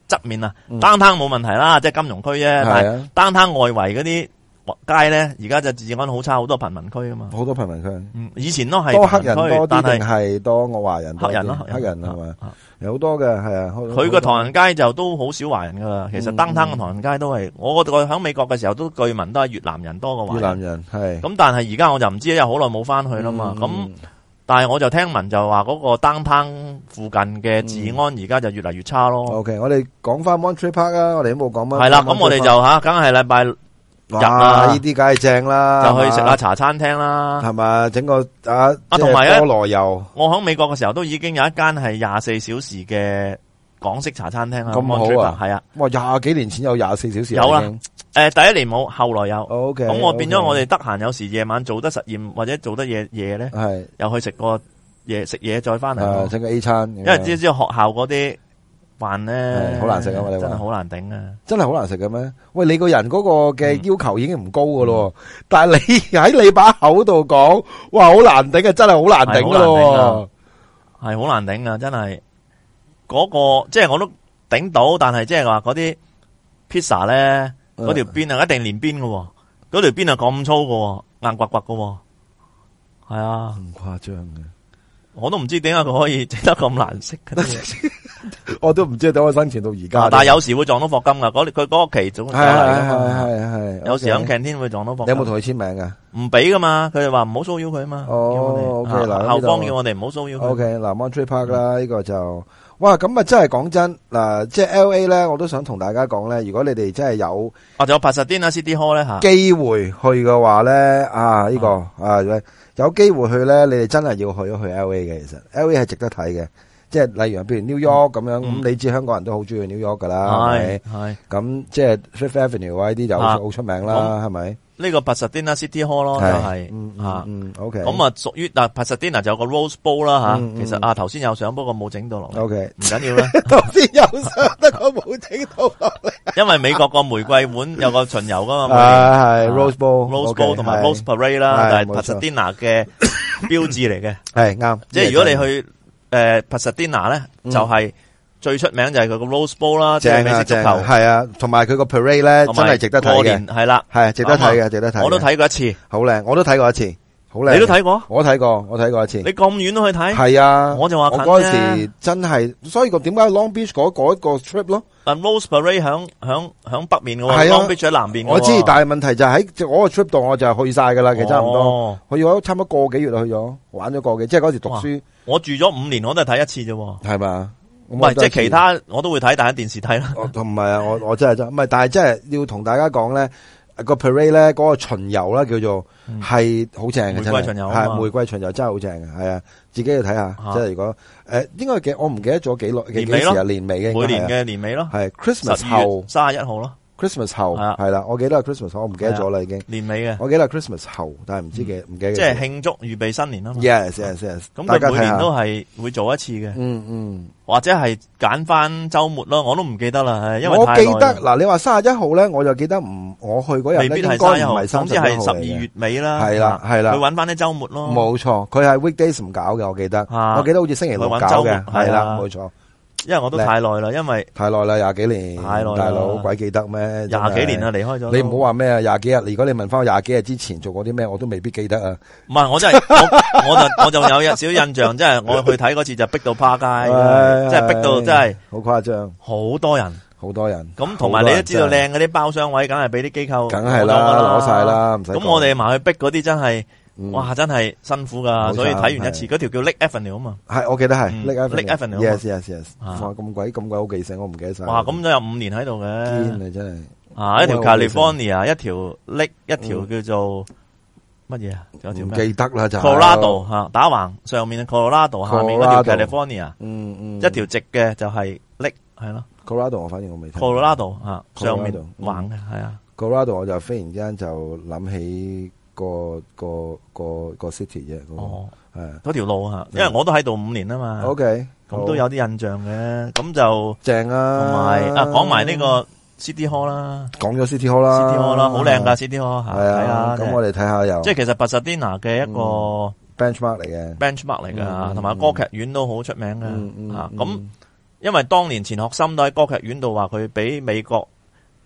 Speaker 3: 側面啊
Speaker 2: 嗯
Speaker 3: ，downtown 冇問題啦，即係金融區啫，但係
Speaker 2: 係啊，
Speaker 3: 單攤外圍嗰啲街咧，而家就治安好差，好多貧民區啊嘛。
Speaker 2: 好多貧民區。
Speaker 3: 嗯，以前都係
Speaker 2: 多黑人
Speaker 3: 貧民區
Speaker 2: 多啲
Speaker 3: 但
Speaker 2: 定
Speaker 3: 係
Speaker 2: 係多我華人多
Speaker 3: 黑
Speaker 2: 啲？
Speaker 3: 人咯，
Speaker 2: 黑人係咪？
Speaker 3: 啊
Speaker 2: 有好多嘅係啊。好
Speaker 3: 佢個唐人街就都好少華人噶啦。其實
Speaker 2: 嗯
Speaker 3: 單攤嘅唐人街都係，我我喺美國嘅時候都據聞都係越南人多過華
Speaker 2: 越南。
Speaker 3: 人
Speaker 2: 人係
Speaker 3: 咁但係而家我就唔知，因為好耐冇翻去啦
Speaker 2: Ừ.
Speaker 3: 嘛。咁、
Speaker 2: 嗯
Speaker 3: 但係我就聽聞就話嗰個單攤附近嘅治安而家就越嚟越差咯。
Speaker 2: OK，我哋講翻 Montreal Park 啊，我哋都冇講乜。
Speaker 3: 係啦，咁我哋就吓，梗係禮拜就
Speaker 2: 哇
Speaker 3: 入啦
Speaker 2: 呢啲梗係正啦，
Speaker 3: 去食
Speaker 2: 係
Speaker 3: 下
Speaker 2: 嘛，
Speaker 3: 茶餐廳啦。
Speaker 2: 係咪？整個啊，
Speaker 3: 啊同埋
Speaker 2: 即係
Speaker 3: 呢
Speaker 2: 菠蘿油
Speaker 3: 我喺美國嘅時候都已經有一間係廿四小時嘅港式茶餐廳啦。
Speaker 2: 咁好啊
Speaker 3: 係啊，
Speaker 2: 哇，廿幾年前有廿四小時
Speaker 3: 有啦
Speaker 2: 已經
Speaker 3: 诶、第一年冇，後來有。
Speaker 2: ，OK，
Speaker 3: 咁我變咗
Speaker 2: OK
Speaker 3: 我哋得閒有時夜晚做得實驗或者做得嘢嘢咧，
Speaker 2: 係
Speaker 3: 又去食個嘢食嘢再翻嚟
Speaker 2: 啊，
Speaker 3: 咯。
Speaker 2: 整個 A 餐，因
Speaker 3: 因為知唔知學校嗰啲飯咧
Speaker 2: 係好難食啊我哋話
Speaker 3: 真係好難頂啊！
Speaker 2: 真係好難食嘅咩？喂，你個人嗰個嘅要求已經唔高噶咯，但係你 (laughs) 喺你把口度講，哇，好難頂嘅，真係好難頂噶
Speaker 3: 係好難頂
Speaker 2: 咯，
Speaker 3: 係好難頂啊！真係嗰、個即係我都頂到，但係即係話嗰啲 pizza 咧，
Speaker 2: 嗯
Speaker 3: 嗰條邊啊一定連邊嘅喎，嗰條邊啊咁粗嘅喎，硬刮刮嘅喎，係啊。
Speaker 2: 咁誇張嘅。
Speaker 3: 我都唔知點解佢可以整得咁難食嘅
Speaker 2: (laughs)
Speaker 3: 啲嘢
Speaker 2: 我都唔知等我生存到而家。
Speaker 3: 但係有時會撞到霍金噶，嗰佢嗰個期總
Speaker 2: 系
Speaker 3: 有
Speaker 2: 系
Speaker 3: 嚟噶嘛。
Speaker 2: 系系，
Speaker 3: 有時喺
Speaker 2: OK
Speaker 3: 擎天會撞到霍
Speaker 2: 你
Speaker 3: 金
Speaker 2: 有冇，同佢簽名啊噶
Speaker 3: 唔俾噶嘛，佢哋話唔好騷擾佢啊嘛。
Speaker 2: 哦
Speaker 3: 叫我哋
Speaker 2: OK，嗱咁
Speaker 3: 啊
Speaker 2: 呢
Speaker 3: 校
Speaker 2: 度
Speaker 3: 方叫我哋唔好騷擾佢。
Speaker 2: ？OK，嗱 Montreal Park 啦，呢個就哇，咁啊真係講真嗱，即係 L A 咧，我都想同大家講咧，如果你哋真係有
Speaker 3: 或哦者有 Pasadena City Hall 咧吓，
Speaker 2: 機會去嘅話咧，啊呢個啊
Speaker 3: 嗯
Speaker 2: 有機會去咧，你哋真係要去一去 L A 嘅，其實 L A 係值得睇嘅。即係例如譬如 New York 咁樣，
Speaker 3: 嗯
Speaker 2: 咁你知香港人都好中意 New York 噶啦，係
Speaker 3: 係
Speaker 2: 咪？
Speaker 3: 係
Speaker 2: 咁即係 Fifth Avenue 啊呢啲就好
Speaker 3: 啊
Speaker 2: 好出名啦，係咪？
Speaker 3: 呢個 Pasadena City Hall 咯，就係
Speaker 2: 嗯
Speaker 3: 啊
Speaker 2: 嗯嗯，OK。
Speaker 3: 咁啊，屬於嗱 Pasadena 就有個 Rose Bowl 啦
Speaker 2: 嗯
Speaker 3: 吓。其實啊頭先有相，不過冇整到落嚟，
Speaker 2: O K，
Speaker 3: 唔緊要
Speaker 2: (laughs)
Speaker 3: 啦，
Speaker 2: 头先有上得我冇整到落嚟。
Speaker 3: 因為美國個玫瑰碗有個巡遊噶嘛。每年
Speaker 2: 啊，系 Rose Bowl、
Speaker 3: Rose Bowl 同埋 Rose
Speaker 2: 系
Speaker 3: Parade
Speaker 2: 係
Speaker 3: 啦，就
Speaker 2: 冇
Speaker 3: 係
Speaker 2: 錯
Speaker 3: Pasadena 嘅標誌
Speaker 2: (laughs)
Speaker 3: 嚟嘅。
Speaker 2: 啱。
Speaker 3: 即係如果你去诶 Pasadena 咧，就係最出名就係佢個 Rose Bowl 啦，即係
Speaker 2: 嗯正
Speaker 3: 美
Speaker 2: 啊
Speaker 3: 式足
Speaker 2: 正
Speaker 3: 球，
Speaker 2: 系啊，同埋佢個 parade 咧
Speaker 3: 同
Speaker 2: 真
Speaker 3: 埋
Speaker 2: 係值得睇嘅
Speaker 3: 過年，係啦，
Speaker 2: 係值得睇嘅，值得睇嘅。
Speaker 3: 我都睇過一次，你
Speaker 2: 好靚，我都睇過一次，好靚。
Speaker 3: 都？睇過？
Speaker 2: 我睇過，我睇過一次
Speaker 3: 你。咁遠都去睇？
Speaker 2: 係啊，
Speaker 3: 我就話
Speaker 2: 我
Speaker 3: 近
Speaker 2: 嗰
Speaker 3: 啫
Speaker 2: 時真係，所以個點解 Long Beach 嗰嗰一個 trip 咯，
Speaker 3: 但 Rose Parade 響响响北面嘅
Speaker 2: 係啊
Speaker 3: 喎，Long Beach 喺南邊嘅喎。
Speaker 2: 我知，但係問題就係喺嗰個 trip 度我就去晒噶啦，其實差唔多，
Speaker 3: 哦。
Speaker 2: 去咗差唔多個幾月啦，去咗玩咗個幾，即係嗰時讀
Speaker 3: 哇
Speaker 2: 書
Speaker 3: 我住咗五年，我都係睇一次啫喎。
Speaker 2: 係嘛？咁
Speaker 3: 唔
Speaker 2: 我
Speaker 3: 係，
Speaker 2: 都
Speaker 3: 即係
Speaker 2: 知
Speaker 3: 其他我都會睇，但喺電視
Speaker 2: (laughs)
Speaker 3: 睇啦。
Speaker 2: 我同唔係啊，我我真係真唔係，但係真係要同大家講咧，個 parade 咧嗰個巡遊啦，叫做
Speaker 3: 嗯
Speaker 2: 係好正嘅，
Speaker 3: 玫
Speaker 2: 真
Speaker 3: 瑰
Speaker 2: 係
Speaker 3: 巡遊啊嘛
Speaker 2: 係玫瑰巡遊真係好正嘅，係啊，自己要睇下，
Speaker 3: 啊
Speaker 2: 即係如果誒應該幾，我唔記得咗幾耐幾
Speaker 3: 年
Speaker 2: 幾
Speaker 3: 尾
Speaker 2: 時
Speaker 3: 咯
Speaker 2: 啊，年尾嘅
Speaker 3: 每
Speaker 2: 應
Speaker 3: 年
Speaker 2: 該係啊
Speaker 3: 嘅年尾咯，
Speaker 2: 係
Speaker 3: 十
Speaker 2: Christmas
Speaker 3: 二月
Speaker 2: 後
Speaker 3: 三十一號咯，
Speaker 2: ，Christmas 後
Speaker 3: 係啊
Speaker 2: 係啦，我記得係 Christmas 後，我唔記得咗啦已經，
Speaker 3: 年尾嘅，
Speaker 2: 我記得係 Christmas 後，但係唔知幾唔記得幾
Speaker 3: 即係慶祝預備新年啊嘛。
Speaker 2: yes yes yes，
Speaker 3: 咁
Speaker 2: 大家
Speaker 3: 佢每
Speaker 2: 睇
Speaker 3: 年
Speaker 2: 下
Speaker 3: 都，係會做一次嘅，
Speaker 2: 嗯嗯。
Speaker 3: 或者係揀翻周末咯，我都唔記得啦，係因為
Speaker 2: 我
Speaker 3: 太
Speaker 2: 記
Speaker 3: 耐啦
Speaker 2: 得嗱，你話三十一號咧，我就記得唔，我去嗰日咧
Speaker 3: 未必
Speaker 2: 應該
Speaker 3: 係
Speaker 2: 唔
Speaker 3: 三十一號，
Speaker 2: 係
Speaker 3: 總
Speaker 2: 三
Speaker 3: 之
Speaker 2: 十一號嚟
Speaker 3: 係十二
Speaker 2: 嘅
Speaker 3: 月尾啦，
Speaker 2: 係啦係啦
Speaker 3: 去揾翻啲周末咯，
Speaker 2: 冇錯，佢係 weekdays 唔搞嘅，我記得，
Speaker 3: 啊
Speaker 2: 我記得好似星期六搞
Speaker 3: 佢玩周末
Speaker 2: 嘅，係
Speaker 3: 係
Speaker 2: 啦，
Speaker 3: 啊
Speaker 2: 冇錯。
Speaker 3: 因为我都
Speaker 2: 叻
Speaker 3: 太耐啦，因为
Speaker 2: 太耐啦，廿幾年，
Speaker 3: 太耐啦
Speaker 2: 大佬鬼記得咩？真係
Speaker 3: 廿几年啦，。离开咗。
Speaker 2: 你唔好話咩啊，廿幾日。如果你問翻我廿幾日之前做過啲咩，我都未必記得啊。
Speaker 3: 唔係，我真係我 (laughs) 我就我就有少少印象，即係我去睇嗰次就逼到趴街，
Speaker 2: 唉
Speaker 3: 即係逼到真係
Speaker 2: 好誇張，
Speaker 3: 好多人。
Speaker 2: 好多人，
Speaker 3: 咁同埋
Speaker 2: 好
Speaker 3: 你
Speaker 2: 多人
Speaker 3: 都知道
Speaker 2: 真
Speaker 3: 靚嗰啲包廂位，梗係俾啲機構
Speaker 2: 梗係啦，攞晒。啦，唔使講。
Speaker 3: 咁我哋埋去逼嗰啲真係，
Speaker 2: 嗯
Speaker 3: 哇，真係辛苦噶。
Speaker 2: 冇錯
Speaker 3: 所以睇完一次，
Speaker 2: 係
Speaker 3: 嗰條叫 Lake Avenue 啊嘛，
Speaker 2: 係，我記得係
Speaker 3: 嗯
Speaker 2: Lake
Speaker 3: Lake Avenue 啊嘛
Speaker 2: Avenue，yes yes yes，
Speaker 3: 啊
Speaker 2: 哇咁鬼咁鬼好記性，我唔記得晒。
Speaker 3: 哇，咁都有五年喺度嘅。
Speaker 2: 嗯堅啊真係。
Speaker 3: 啊，一條
Speaker 2: 好有記性
Speaker 3: California，一條 Lake，一條叫做乜嘢啊？仲有條
Speaker 2: 唔
Speaker 3: 咩
Speaker 2: 記得啦就係
Speaker 3: Colorado 吓，打橫上面嘅 Colorado，下面嗰條
Speaker 2: Colorado
Speaker 3: California。
Speaker 2: 嗯嗯，
Speaker 3: 一條直嘅就係 Lake 系咯
Speaker 2: Colorado 我反正我未聽過。
Speaker 3: ，Colorado 啊，上面
Speaker 2: Colorado，嗯
Speaker 3: 橫嘅係啊，
Speaker 2: Colorado 我就忽然之間就諗起個個個個 city 啫，嗰
Speaker 3: 哦，
Speaker 2: 個係。
Speaker 3: 嗰條路啊，因為我都喺度五年啊嘛，
Speaker 2: O K，
Speaker 3: 咁都有啲印象嘅，咁就
Speaker 2: 正
Speaker 3: 同
Speaker 2: 啊。
Speaker 3: 埋啊講埋呢個 City Hall 啦
Speaker 2: 講咗 City Hall 啦
Speaker 3: ，City Hall 啦，好靚噶 City Hall 吓，
Speaker 2: 嗯係
Speaker 3: 睇
Speaker 2: 啊。
Speaker 3: 下
Speaker 2: 咁我
Speaker 3: 即係
Speaker 2: 哋睇下又
Speaker 3: 即係其實 Pasadena 嘅一個
Speaker 2: benchmark 嚟嘅。
Speaker 3: benchmark 嚟噶，
Speaker 2: 嗯
Speaker 3: 同埋歌劇院都好出名
Speaker 2: 嗯嗯
Speaker 3: 嘅吓，
Speaker 2: 嗯
Speaker 3: 咁因為當年錢學森都喺歌劇院度話佢俾美國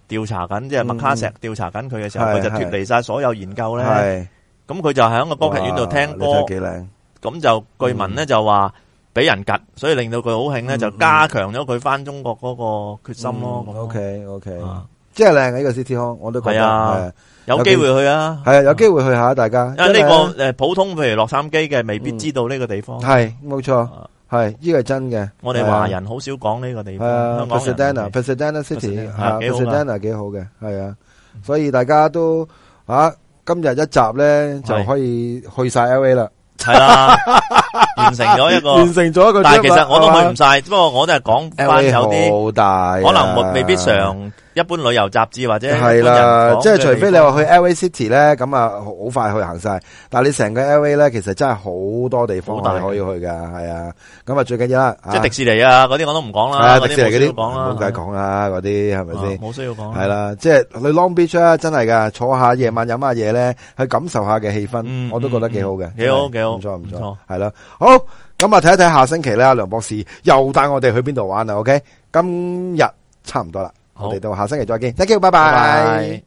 Speaker 3: 調查緊，即係麥卡錫調查緊佢嘅時
Speaker 2: 嗯
Speaker 3: 候，
Speaker 2: 係
Speaker 3: 佢就脱
Speaker 2: 係
Speaker 3: 離晒所有研究咧。
Speaker 2: 係
Speaker 3: 咁佢就喺個歌劇院度聽
Speaker 2: 哇你睇
Speaker 3: 歌，
Speaker 2: 幾靚。
Speaker 3: 咁就據聞咧就話俾人及，所以令到佢好興咧，
Speaker 2: 嗯
Speaker 3: 就加強咗佢翻中國嗰個決心咯。咁
Speaker 2: O K O K，
Speaker 3: 啊
Speaker 2: 即係靚嘅呢個 City Hall，我都覺得
Speaker 3: 係啊
Speaker 2: 係
Speaker 3: 有機會去啊，
Speaker 2: 係啊，有機會去下大家。
Speaker 3: 因
Speaker 2: 真係啊
Speaker 3: 為呢個誒普通譬如洛杉磯嘅未必知道呢個地方，
Speaker 2: 係冇錯，
Speaker 3: 啊
Speaker 2: 係呢個係真嘅。
Speaker 3: 我哋
Speaker 2: 係啊
Speaker 3: 華人好少講呢個地
Speaker 2: 系
Speaker 3: 方，
Speaker 2: 啊
Speaker 3: 香港人係
Speaker 2: ，Pasadena，Pasadena City
Speaker 3: Pasadena，
Speaker 2: 吓
Speaker 3: 係幾好㗎
Speaker 2: ，Pasadena 幾好嘅，係啊，所以大家都啊，今日一集咧就可以去晒 L A 啦，
Speaker 3: 係
Speaker 2: (laughs)
Speaker 3: 啦，完成咗一
Speaker 2: 完
Speaker 3: 個。
Speaker 2: 成咗一個 trip 啦。
Speaker 3: 但係其實我都去唔
Speaker 2: 係
Speaker 3: 晒，不過我都係講
Speaker 2: 嘛
Speaker 3: 翻
Speaker 2: LA
Speaker 3: 有啲
Speaker 2: 好大，
Speaker 3: 可能冇未必。常一般旅遊雜誌或者
Speaker 2: 系
Speaker 3: 一般人
Speaker 2: 啦
Speaker 3: 講，
Speaker 2: 即係
Speaker 3: 嘅
Speaker 2: 除非
Speaker 3: 地
Speaker 2: 你
Speaker 3: 方
Speaker 2: 話去 L A City 咧，咁啊好快去行晒。但系你成個 L A 咧，其實真係好多地方
Speaker 3: 好大
Speaker 2: 係可以去噶，係啊。咁啊最緊要啦，
Speaker 3: 即係迪士尼啊嗰啲我都唔講
Speaker 2: 係
Speaker 3: 啦，
Speaker 2: 啊，
Speaker 3: 嗰
Speaker 2: 迪士尼嗰
Speaker 3: 啲冇需要
Speaker 2: 啲
Speaker 3: 講啦，
Speaker 2: 冇計講啦，嗰啲係咪先？
Speaker 3: 冇需要講啦
Speaker 2: 系啦，即系去 Long Beach 啊，真系噶，坐下夜晚饮下嘢咧，去感受下嘅氣氛，
Speaker 3: 嗯
Speaker 2: 我都覺得幾好嘅
Speaker 3: 嗯，幾
Speaker 2: 真
Speaker 3: 好
Speaker 2: 係
Speaker 3: 幾好
Speaker 2: 唔錯唔
Speaker 3: 唔錯
Speaker 2: 錯，係啦，好，咁啊睇一睇下星期咧，梁博士又帶我哋去邊度玩啦，OK，今日差唔多啦，
Speaker 3: 好
Speaker 2: 我哋到下星期再見，thank you，拜
Speaker 3: 拜
Speaker 2: 拜
Speaker 3: 拜。